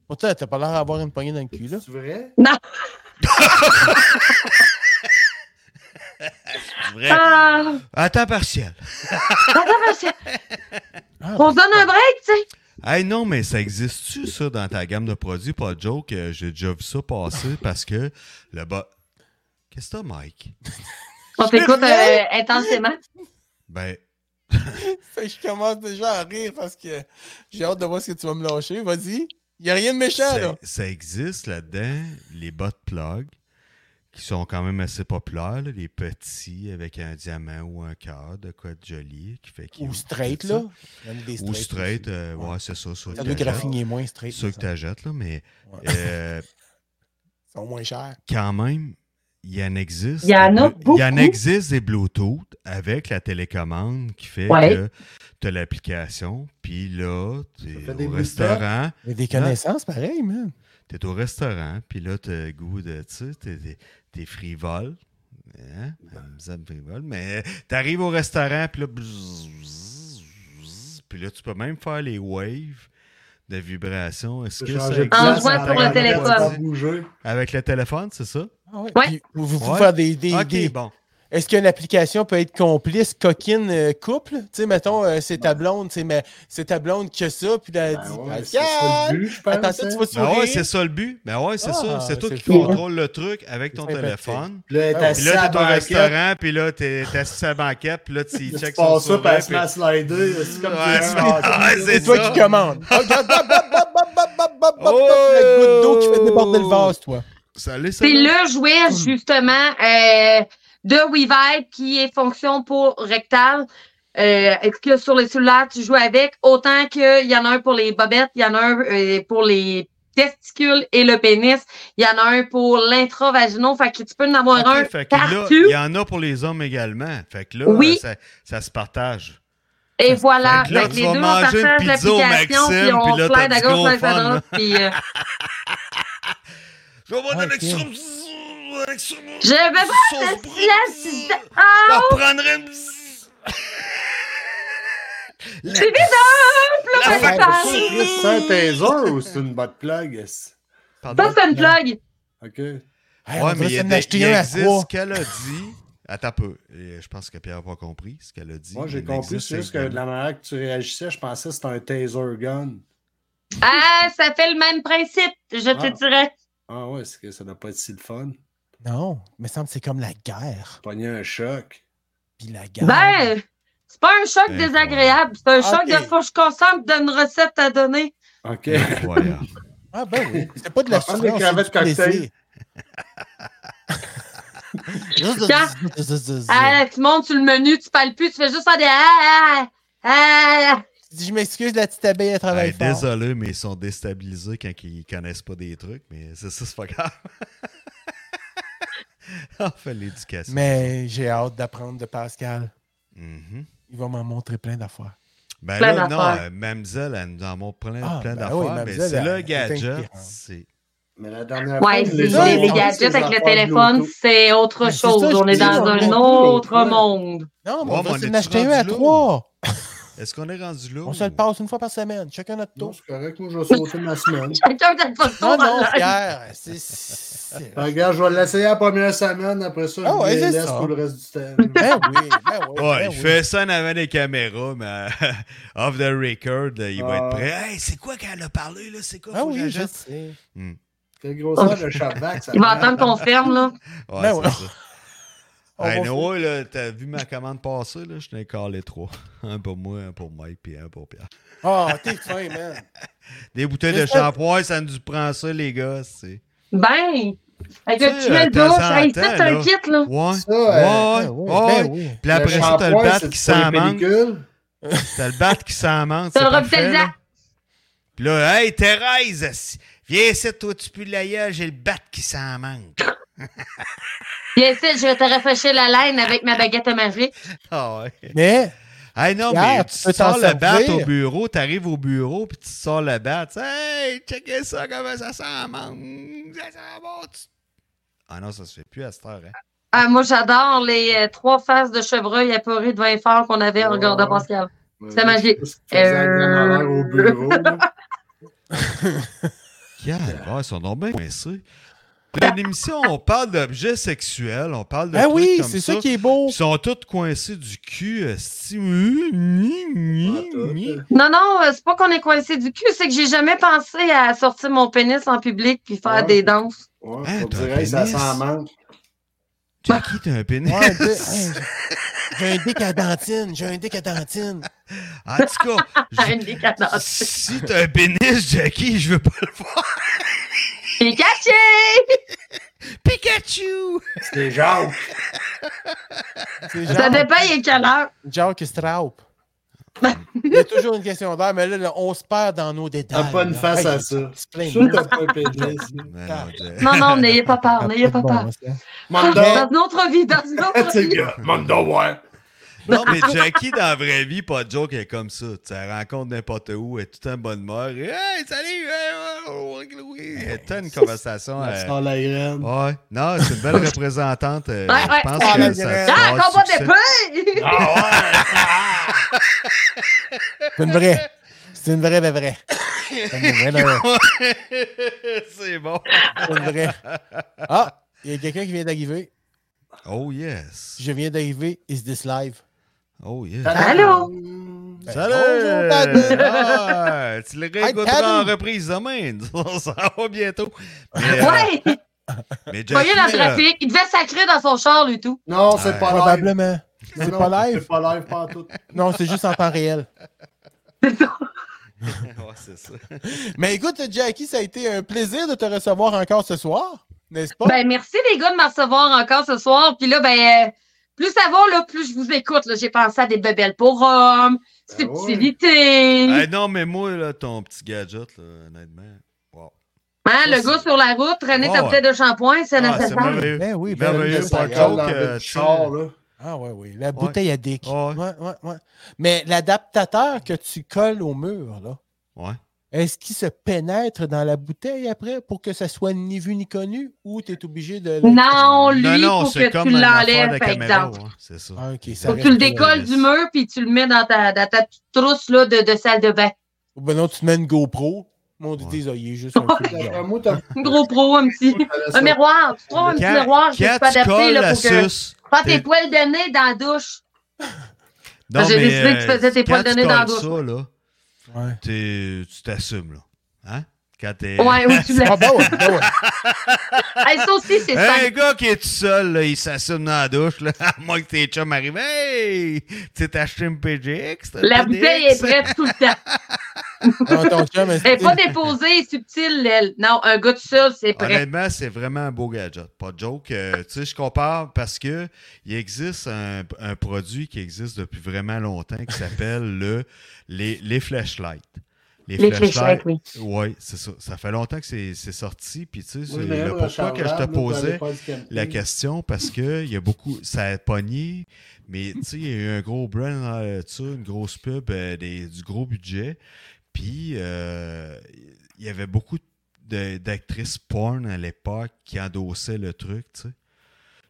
Pourtant, t'as pas l'air d'avoir une poignée dans le cul, là.
C'est vrai?
C'est vrai.
Ah,
À temps partiel.
attends, parce que-
Ah,
on se donne un break, tu sais.
Hey, non, mais ça existe-tu, ça, dans ta gamme de produits? Pas de joke, euh, j'ai déjà vu ça passer parce que le bas. Qu'est-ce que t'as, Mike?
On t'écoute
rien.
euh, intensément.
Ben,
Fait que je commence déjà à rire parce que j'ai hâte de voir ce que tu vas me lâcher. Vas-y. Il a rien de méchant,
ça,
là.
ça existe là-dedans, les bas de plug, qui sont quand même assez populaires, là, les petits avec un diamant ou un cœur, de quoi de joli, qui fait qu'il-
Ou straight,
tout ça.
là. Il y en a des
Ou straight,
aussi.
euh, ouais,
Ouais.
c'est ça. Ceux
Ça
que
doit
t'achètes.
graffiner moins straight.
Ceux
mais
que
ça-
t'achètes, là, mais
Ouais.
euh,
Ils sont moins chers.
quand même, il y en existe.
Il y en a
des blu- Il y en
beaucoup.
existe des Bluetooth avec la télécommande qui fait
Ouais.
que tu as l'application, puis là, tu
Ça fait
es
des
au
Bluetooth.
restaurant,
Il y a des connaissances, pareil, man.
tu es au restaurant, puis là, tu as goût de, tu sais, t'es- t'es- t'es frivole. Hein? Ça me frivole, mais tu arrives au restaurant, puis là, bzz, bzz, bzz, puis là, tu peux même faire les waves de vibration. Est-ce que ça
Changer de
Ah,
place,
je vois
ça
pour
va
le téléphone.
pas bouger.
Avec le téléphone, c'est ça?
Ah ouais.
Ouais.
Puis, vous vous pouvez
Ouais.
faire des. des-
ok,
des-
bon.
Est-ce qu'une application peut être complice, coquine, euh, couple? Tu sais, mettons, euh, c'est ta blonde, tu sais, mais c'est ta blonde que ça, puis elle
Ben
dit
ouais, c'est ça le
Pascal!
but, je pense.
Attention,
hein.
tu vas
Ben
sourire.
ouais, c'est ça le but. Ben ouais, c'est
Ah,
ça. C'est toi
c'est
qui
cool.
contrôle le truc avec ton
C'est sympathique.
téléphone.
Puis là, t'es
Ah ouais.
Puis
assis
là,
à
t'es au
hein. la banquette,
restaurant, puis là, t'es t'es assis à la banquette, puis là, tu
Tu
checks son
passes ça, puis elle se met
sourire,
à slider. C'est comme
Ouais,
tu
c'est-
vas-
ouais,
C'est
c'est
toi
ça.
qui commande. Oh, Regarde, bop, bop, bop, bop, bop, bop, bop, bop,
Oh!
la goutte d'eau qui fait déborder le vase, toi.
puis- Salut,
C'est
salut.
le
Mm.
jouet, justement, euh, de WeVibe qui est fonction pour rectal. Euh, Est-ce que sur les cellulaires, tu joues avec? Autant qu'il y en a un pour les bobettes, il y en a un euh, pour les testicules et le pénis, il y en a un pour l'intravaginon. Fait que tu peux en avoir
Ok,
un
fait que là,
partout.
il y en a pour les hommes également. Fait que là,
Oui.
ça, ça se partage.
Et voilà.
Fait que là,
Fait que
tu
les
vas
deux, on
manger une
partage
pizza au
l'application,
Maxime,
puis on
puis là,
slide
t'as
à
du
gauche,
gros
slide à
fun,
droite, puis, euh,
Je vais voir
Ah,
de
ok.
l'extra- l'extra-
Je vais pas
sauce
te
brune.
laisser-
Je
Ah,
leur prendrai une-
c'est bizarre!
La
Là,
Ouais,
ça
mais
parle.
c'est Chris, C'est un taser ou c'est une botte plug? est-ce?
Ça,
Pardon?
c'est une plug.
OK.
Hey,
Ouais,
on
mais il,
mais
y a
en
des-
acheter
il
un E à
existe
trois.
ce qu'elle a dit. Attends un peu. Et Je pense que Pierre va compris ce qu'elle a dit.
Moi, j'ai
Il
compris,
existe
c'est juste que de la manière que tu réagissais, je pensais que c'était un taser gun.
Ah, ça fait le même principe, je
Ah.
te dirais.
Ah ouais, c'est que ça doit pas être si le fun.
Non, il me semble que c'est comme la guerre.
Pogner un choc.
Puis la guerre.
Ben, c'est pas un choc
Ben,
désagréable, c'est un choc
Ok.
de faut que je consomme d'une recette à donner.
OK.
Incroyable.
Ah ben oui. C'est pas de la
On va
souffrance,
prendre des crevettes
c'est du
cocktail.
plaisir.
Ah, tu montes sur le menu, tu parles plus, tu fais juste faire des ah, ah, ah.
Tu dis, Je m'excuse, la petite abeille, elle travaille
Hey,
fort.
désolé, mais ils sont déstabilisés quand ils connaissent pas des trucs, mais c'est ça, c'est pas grave. On fait l'éducation.
Mais j'ai hâte d'apprendre de Pascal.
Mhm.
Il va m'en montrer plein d'affaires.
Ben
Plein
là, non,
d'affaires.
euh, Mamzelle, elle nous en montre plein,
Ah,
plein
ben
d'affaires,
oui,
mais
Mamzelle,
c'est
elle-
le
elle est
gadget.
inspirante.
c'est-
Mais la dernière fois,
Ouais, c'est-
autres,
les,
on dit
gadgets avec le téléphone, c'est autre
Mais Ben, c'est
chose.
ça, je
on est
dis,
dans
on est
un
plus
autre
loin.
monde.
Non, mais on
Ouais, mais
va
on
s'en
est-tu
acheter un à
rendu là, Oh.
trois.
Est-ce qu'on est rendu là?
On se le
ou-
passe une fois par semaine, chacun notre
Non,
tour.
c'est correct. Moi, je vais sauter ma semaine.
Quelqu'un qui a pas le tour
Non,
dans
non,
l'œil.
Pierre, c'est- c'est... Ben
Fait que, Regarde, je vais l'essayer la première semaine. Après ça, je
Ah ouais,
me
c'est
laisse
ça.
pour le reste du temps.
Ben oui, ben oui.
Ouais,
ben
il
oui.
fait ça en avant des caméras, mais euh, off the record, il va
Ah.
être prêt. Hey, c'est quoi qu'elle a parlé, là? C'est quoi?
Ah
faut que
oui, je
j'ajoute?
sais.
Quelle grosseur de Shabak, ça
Il va
prend.
attendre qu'on ferme, là.
Ouais,
Ben
c'est
ouais.
ça.
On
Hey,
va-
Noah, là, t'as vu ma commande passer, là? Je t'ai calé trois. Un pour moi, un pour Mike, puis un pour Pierre.
Ah, t'es fin, man.
Des bouteilles
Mais
de
ça-
shampoing, ça nous prend ça, les gars. C'est...
Ben, avec
Tu
un
sais,
tunnel
de temps
douche,
en
hey,
temps,
c'est un
là.
kit, là.
Ouais.
Ça, euh,
ouais,
Ben oui,
ouais.
ben oui.
Puis après
Le
ça, t'as le
shampoing,
bat
c'est pour les
qui s'en manque.
pellicules.
T'as le bat qui s'en manque.
T'as
c'est
le
parfait,
revitalisant.
là. Puis là, hey, Thérèse, assis- viens ici, toi, tu pues de la gueule, j'ai le bat qui s'en manque.
Bien sûr, je vais te rafraîchir la laine avec ma baguette magique.
Ah ouais.
Mais
Hey non,
Pierre,
mais
tu
tu
peux t'en
sors le bat
servir.
au bureau, t'arrives au bureau, puis tu sors le bat. tu sais, Hey, checkez ça, comment ça sent la mangue. Mmh, Ça sent bon. Tu- Ah non, ça se fait plus à cette heure. Hein.
Ah, moi, j'adore les euh, trois faces de chevreuil apeurées de vin fort qu'on avait en
Ouais.
regardant Pascal.
Euh,
magique.
je sais pas si tu faisais un grand horaire au bureau, là.
ils sont donc bien coincés. Dans l'émission, on parle d'objets sexuels, on parle de.
Ah
trucs
oui,
comme
c'est ça qui est beau.
Ils sont tous coincés du cul. esti. Ouh, ni, ni,
Pas tout,
ni.
hein.
Non, non, euh, c'est pas qu'on est coincé du cul, c'est que j'ai jamais pensé à sortir mon pénis en public puis faire
Ouais.
des danses.
Ouais,
Hein,
on
t'as
dirait que ça
pénis.
sent la mangue.
Jackie, t'as un pénis.
Ouais, tu sais, hey, j'ai un dick à dentine, j'ai un dick à dentine.
En tout cas,
Faire
je-
une décadence.
si t'as un pénis, Jackie, je veux pas le voir.
Pikachu!
Pikachu!
C'est genre.
C'est
Ça
genre
dépend, il est quelle heure.
Jacques Straub. Il y a toujours une question d'heure, mais là, là, on se perd dans nos détails.
T'as pas une
là.
face
Hey,
à ça.
c'est
Je
plein
suis
de
sûr que t'as pas un pénis.
Non, Ben non, je-
Non, non, n'ayez pas peur,
Ah,
n'ayez
pas
pas
de
peur.
bon sens.
Dans
Manda,
une autre vie, dans une autre
tu
vie.
gars. Manda, ouais.
Non, mais Jackie, dans la vraie vie, pas de joke, elle est comme ça. Tu la rencontres n'importe où, elle est tout en bonne humeur. Hey, salut! hey, oh, oh, Elle est une conversation.
Elle
euh,
sort la graine.
Ouais, non, c'est une belle représentante. euh,
Ouais, ouais.
Je pense
Ah, la
que ça
graine.
sera
Ah,
un
combat
succès.
d'épée!
Ah,
C'est une vraie. C'est une vraie, vraie, vraie. C'est une vraie, là,
c'est bon.
c'est une vraie. Ah, il y a quelqu'un qui vient d'arriver.
Oh yes.
Je viens d'arriver. Is this live?
Oh yes.
Allô?
Ben,
Salut!
bonjour, Tadou.
Ah, tu le
Hey,
réécouteras en
Tadou.
reprise demain. On s'en va bientôt. Mais, euh,
Ouais!
mais
Voyez
Jackie,
le
euh,
trafic. Il devait sacrer dans son char, lui tout.
Non, c'est pas live.
Probablement.
Non,
C'est
non,
pas live?
C'est pas live, pas en tout.
Non, c'est juste en temps réel.
ouais, c'est ça.
Mais écoute, Jackie, ça a été un plaisir de te recevoir encore ce soir, n'est-ce
Oh.
pas?
Ben, merci les gars de me recevoir encore ce soir. Puis là, ben, euh, plus ça va, là, plus je vous écoute. là. J'ai pensé à des bébelles pour hommes, subtilité.
Ah Hey, Ah, non, mais moi, là, ton petit gadget, là, honnêtement. Wow.
Hein, le
ça,
gars
c'est-
sur la route, traîner
Ouais,
ta
Oh, ouais.
bouteille de shampoing, c'est
Ah, c'est
nécessaire.
merveilleux.
Ben oui, ben oui.
Merveilleux,
ça
pas
Instagram
y
de
est.
dans le
joke. euh,
char, là.
Ah oui, oui. La bouteille à dick.
Ouais.
Ouais, ouais, ouais. Mais l'adaptateur que tu colles au mur, là,
Ouais.
est-ce qu'il se pénètre dans la bouteille après pour que ça soit ni vu ni connu ou tu es obligé de.
Non, lui,
non, non,
faut
c'est
que
comme
tu
une affaire
l'enlèves,
de
par
caméra.
exemple.
ouais, C'est ça.
Ah, ok, ça
Faut que
reste
tu le
là.
décolles du mur, puis tu le mets dans ta, dans ta petite trousse là, de, de salle de bain.
Ou ben non, tu te mets une GoPro. Mon Dieu,
Ouais.
désolé, juste un
ben,
peu
D'après
bizarre.
moi, t'as
Un gros pro, un petit. Un miroir. Tu trouves un petit miroir qui
quand
est pas
tu
adapté
colles
là,
la
pour que.
suce,
Prends tes
t'es-
poils de nez dans la douche.
non,
J'ai
mais,
décidé que tu
euh,
faisais tes
quand
poils de
tu
nez dans la
colles
douche,
ça, là,
Ouais.
t'es- tu t'assumes, là. Hein? Quand t'es...
Ouais, oui, tu le.
Ah, ben ouais, ben ouais.
Hey, ça aussi, c'est simple.
Un gars qui est tout seul, là, il s'assume dans la douche, là, à moins que tes chums arrivent. Hey! Tu t'es acheté une PGX? t'as
La
une
bouteille
PDX?
est prête tout le temps.
Non, ton chum, est-ce
Elle n'est
que-
pas déposée, subtile, elle. Non, un gars de seul, c'est prêt.
Honnêtement, c'est vraiment un beau gadget. Pas de joke. Euh, tu sais, je compare parce que il existe un, un produit qui existe depuis vraiment longtemps qui s'appelle le, les, les flashlights.
Les flashlights, oui.
Oui, c'est ça. Ça fait longtemps que c'est c'est sorti. Puis tu sais, c'est
Oui, mais
le
là,
pourquoi que je
charlable,
te
là, t'avais
posais
pas dit camping.
la question parce que il y a beaucoup ça a pogné mais tu sais il y a eu un gros brand là-dessus une grosse pub euh, des- du gros budget puis euh, il y avait beaucoup de- d'actrices porn à l'époque qui endossaient le truc tu sais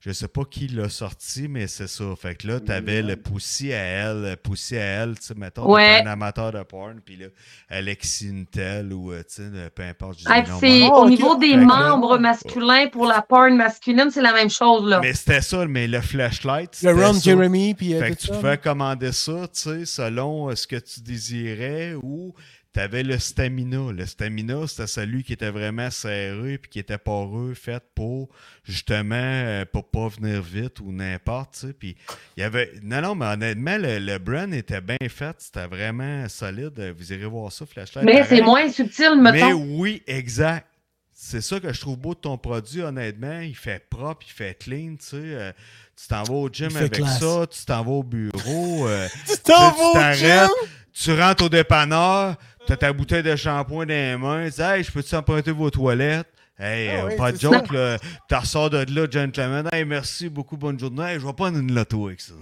je sais pas qui l'a sorti mais c'est ça fait que là t'avais le poussi à elle le poussi à elle tu sais mettons
Ouais.
t'es un amateur de porn puis là Alexis Intel ou euh, tu sais le- peu importe je dis
Ah,
le nom,
c'est
non,
au
ok.
niveau des
Oh, Fait que là-
membres masculins pour la porn masculine, c'est la même chose, là.
mais c'était ça mais le flashlight
Le
c'était
Ron
ça.
Jeremy, puis. euh,
Fait que
tout
tu
ça,
pouvais commander ça, tu sais, selon euh, ce que tu désirais ou tu avais le stamina. Le stamina, c'était celui qui était vraiment serré puis qui était poreux, fait pour justement euh, pour pas venir vite ou n'importe, tu sais. Puis il y avait. Non, non, mais honnêtement, le, le brand était bien fait. C'était vraiment solide. Vous irez voir ça, Flashlight.
Mais
Pareil.
c'est moins subtil,
euh, Mais
mettons.
oui, exact. C'est ça que je trouve beau de ton produit, honnêtement. Il fait propre, il fait clean, tu sais. euh, tu t'en vas au gym
Il fait
avec
classe.
ça, tu t'en vas au bureau, euh,
Tu t'en
tu
vas au
t'arrêtes,
gym?
tu rentres au dépanneur, t'as ta bouteille de shampoing dans les mains, tu dis « Hey, je peux-tu emprunter vos toilettes? » Hey,
Ah
euh,
oui,
pas
c'est
de
ça.
joke, là. Tu ressors de là, gentleman. Hey, merci beaucoup, bonne journée. Hey, je vais prendre une loto avec ça.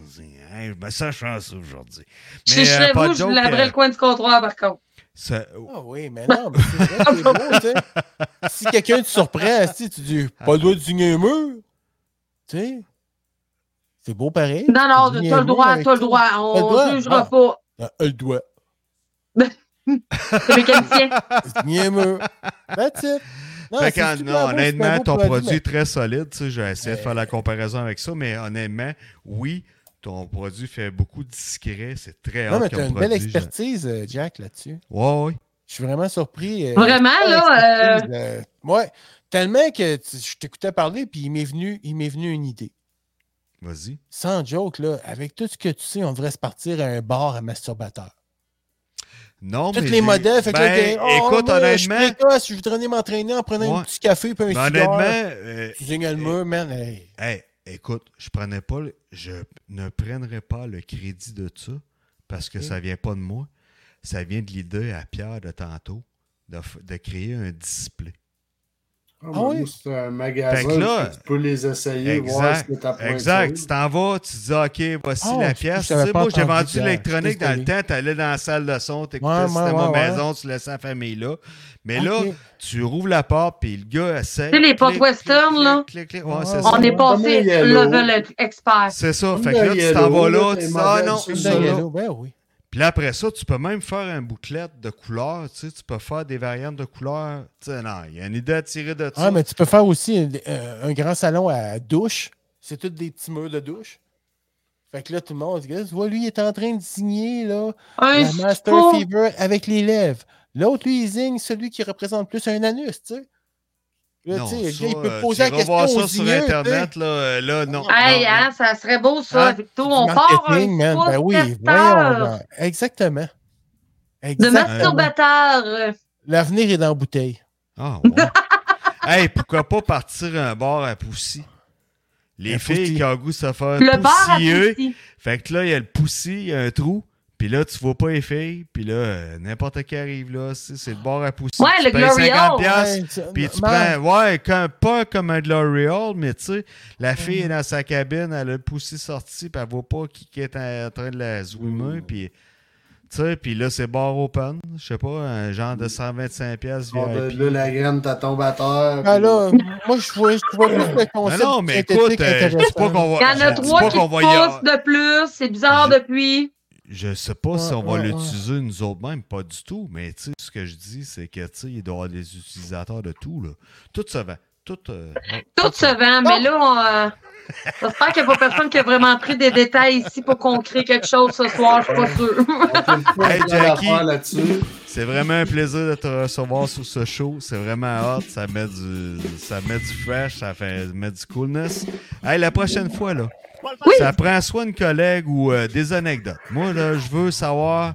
Hey, je me sens chanceux aujourd'hui.
Si je
euh,
serais
pas
vous,
de
je vous
joke,
laverais
euh,
le coin du comptoir, par contre.
ça-
Ah oui, mais non, mais c'est vrai, c'est beau, tu sais. Si quelqu'un te surprend, si tu dis pas le droit de signer un mur, tu sais. C'est beau pareil.
Non, non,
Tu signes
t'as
un
le
mur
droit,
avec
t'as le
ça.
droit.
T'as le droit?
On jugera
Ah.
pas.
Ah, Elle doit
C'est mécanicien.
signer un mur. That's it. Non,
Fait
Ah, c'est super
que, non,
beau, c'est un
honnêtement,
beau
ton produit
mais-
est très solide. tu sais, J'ai essayé de
Euh,
faire la comparaison avec ça, mais honnêtement, oui, ton produit fait beaucoup discret. C'est très
Non, mais
hard
t'as
comme
une belle
produit. je-
expertise, euh, Jack, là-dessus.
Ouais, ouais.
Je suis vraiment surpris. euh,
Vraiment,
par
Ah, là,
l'expertise, euh, ouais, tellement que tu- je t'écoutais parler, puis il m'est venu, il m'est venu une idée.
Vas-y.
Sans joke, là, avec tout ce que tu sais, on devrait se partir à un bar à masturbateur.
Non,
Tous
Oh, mais
les
j'ai-
modèles. Fait que là,
Ben,
t'es, oh,
écoute,
moi, je suis
honnêtement,
précoce, je voudrais aller m'entraîner en prenant un
Ouais.
petit café puis un
ben,
cigare.
honnêtement, euh,
Tu signes le mur, man. hey.
hey, écoute, je prenais pas, le- je ne prendrai pas le crédit de ça parce que
Ok.
ça vient pas de moi. Ça vient de l'idée à Pierre de tantôt de, f- de créer un display.
Ah,
Ah oui?
oui. C'est un magasin.
Fait que là-
où tu peux les essayer, voir ce
Exact.
que t'as pointé.
Exact. Tu t'en vas, tu dis OK, voici
Ah,
la
je- je
pièce. Tu
savais
sais,
pas
moi, j'ai
entendu,
vendu
Pierre.
l'électronique dans le
Désolé.
temps, tu allais dans la salle de son, tu écoutais
Ouais,
le
ouais,
cinéma
ouais, ouais.
maison, tu laissais la famille là. Mais
Ok.
là, tu rouvres la porte, puis le gars essaie.
Tu sais, les portes
clic,
western,
clic,
là.
clic, clic, clic. Ouais,
Ah,
c'est
ouais.
ça.
on est
Premier
passé
euh,
yellow.
level expert.
C'est ça.
Comme
Fait que
le
là, tu
yellow,
t'en vas
là,
là,
t'es
tu dis Ah
modèle,
non,
c'est
Comme
ça,
dans
ça,
là.
Yellow, ben oui.
Puis là, après ça, tu peux même faire un bouclette de couleurs. Tu sais, tu peux faire des variantes de couleurs. Tu sais, non, il y a une idée à tirer de ça.
Ah, mais tu peux faire aussi un, euh, un grand salon à douche. C'est tous des petits murs de douche. Fait que là, tout le monde, regarde, tu vois, lui, il est en train de signer là,
Un
la Master
faux.
Fever avec les lèvres. L'autre, lui, il signe celui qui représente plus un anus, tu sais. Là,
Non,
tu sais, le
ça,
gars, il peut
euh,
poser la
tu iras
question
voir
aux
ça sur
yeux, tu sais.
Internet, là, euh, là, non.
Hey,
non,
hein, ça serait beau, ça.
Ah,
Victo,
Du
on part un
marketing, man. Ben oui,
faux
voyons,
testeur
ben, Exactement.
de
Exactement.
masturbateur.
L'avenir est dans la bouteille.
Ah, ouais. hey, pourquoi pas partir à un bar à Poussy? Les
Un
filles
Poussy.
qui ont le goût de se faire
Le bar à
poussiller.
Poussy.
Fait que là, il y a le Poussy, il y a un trou. Puis là, tu vois pas les filles. Puis là, euh, n'importe qui arrive là. C'est c'est le bar à Poussy.
Ouais,
Tu
le
payes
Glory
50
Hole.
piastres,
Ouais, tu-
Puis tu
man,
prends, ouais, comme- pas comme un L'Oréal, mais tu sais, la fille est dans sa cabine, elle a le poussé sorti, puis elle voit pas qui, qui est en, en train de la zoomer, puis tu sais, puis là, c'est bar open, je sais pas, un genre de 125 pièces
Bon, de-
VIP.
Là, la graine, t'as tombé à terre.
ben
puis-
là, moi, je vois, je vois plus le
Non,
concept.
non, mais
synthétique
écoute, euh, je dis pas
intéressant.
qu'on
Il y
va...
en a
Je dis pas
trois qui
qu'on va y
poussent
avoir-
de plus. C'est bizarre depuis.
Je sais pas si
Ouais,
on va
ouais, ouais.
l'utiliser nous autres même, pas du tout, mais tu sais, ce que je dis, c'est que tu sais, il doit y avoir des utilisateurs de tout, là. Tout se vend. Tout, euh,
Tout se vend, mais là, on, euh, j'espère qu'il n'y a pas personne qui a vraiment pris des détails ici pour qu'on crée quelque chose ce soir. Je suis pas sûre.
On peut pas
Hey,
faire
Jackie.
d'affaires là-dessus.
C'est vraiment un plaisir de te recevoir sur ce show. C'est vraiment hot. Ça met du, ça met du fresh, ça fait, met du coolness. Hey, la prochaine fois, là, ça prend soit une collègue ou euh, des anecdotes. Moi, là, je veux savoir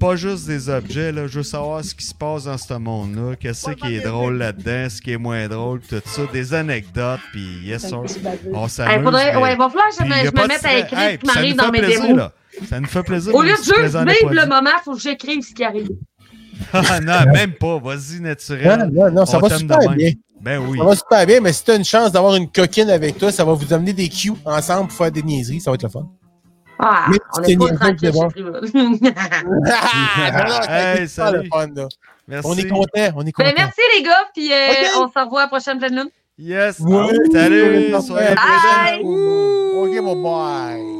pas juste des objets, là, je veux savoir ce qui se passe dans ce monde-là, qu'est-ce qui est drôle là-dedans, ce qui est moins drôle, tout ça, des anecdotes, puis yes, sir, on
Il
s'amuse.
faudrait,
mais-
ouais, va falloir que je
puis y
me,
a
je
pas
me
de
mette à
stress.
écrire
Hey,
ce qui
puis ça
m'arrive
nous fait
dans mes
plaisir,
démos.
là. Ça nous fait plaisir.
Au lieu de
nous
juste
présenter les
vivre le
produits.
moment, il faut que j'écrive ce qui arrive.
Ah, non, même pas. Vas-y, naturel.
Non, non, non, ça
On
va
t'aime
super
de même.
bien.
Ben oui.
Ça va super bien, mais si t'as une chance d'avoir une coquine avec toi, ça va vous amener des cues ensemble pour faire des niaiseries. Ça va être le fun.
Ah,
Mais
on
c'est
est pas
niaiseux
tranquille
de
chez Tribal.
Ah,
Hey,
c'est pas le
salut.
fun, là.
Merci.
On est content, on est content.
Ben, merci les gars, puis euh,
Ok.
on se revoit à la prochaine pleine lune.
Yes.
Ouais.
Salut.
Bye.
Soyez présents.
Bye.
Ok, bye bye.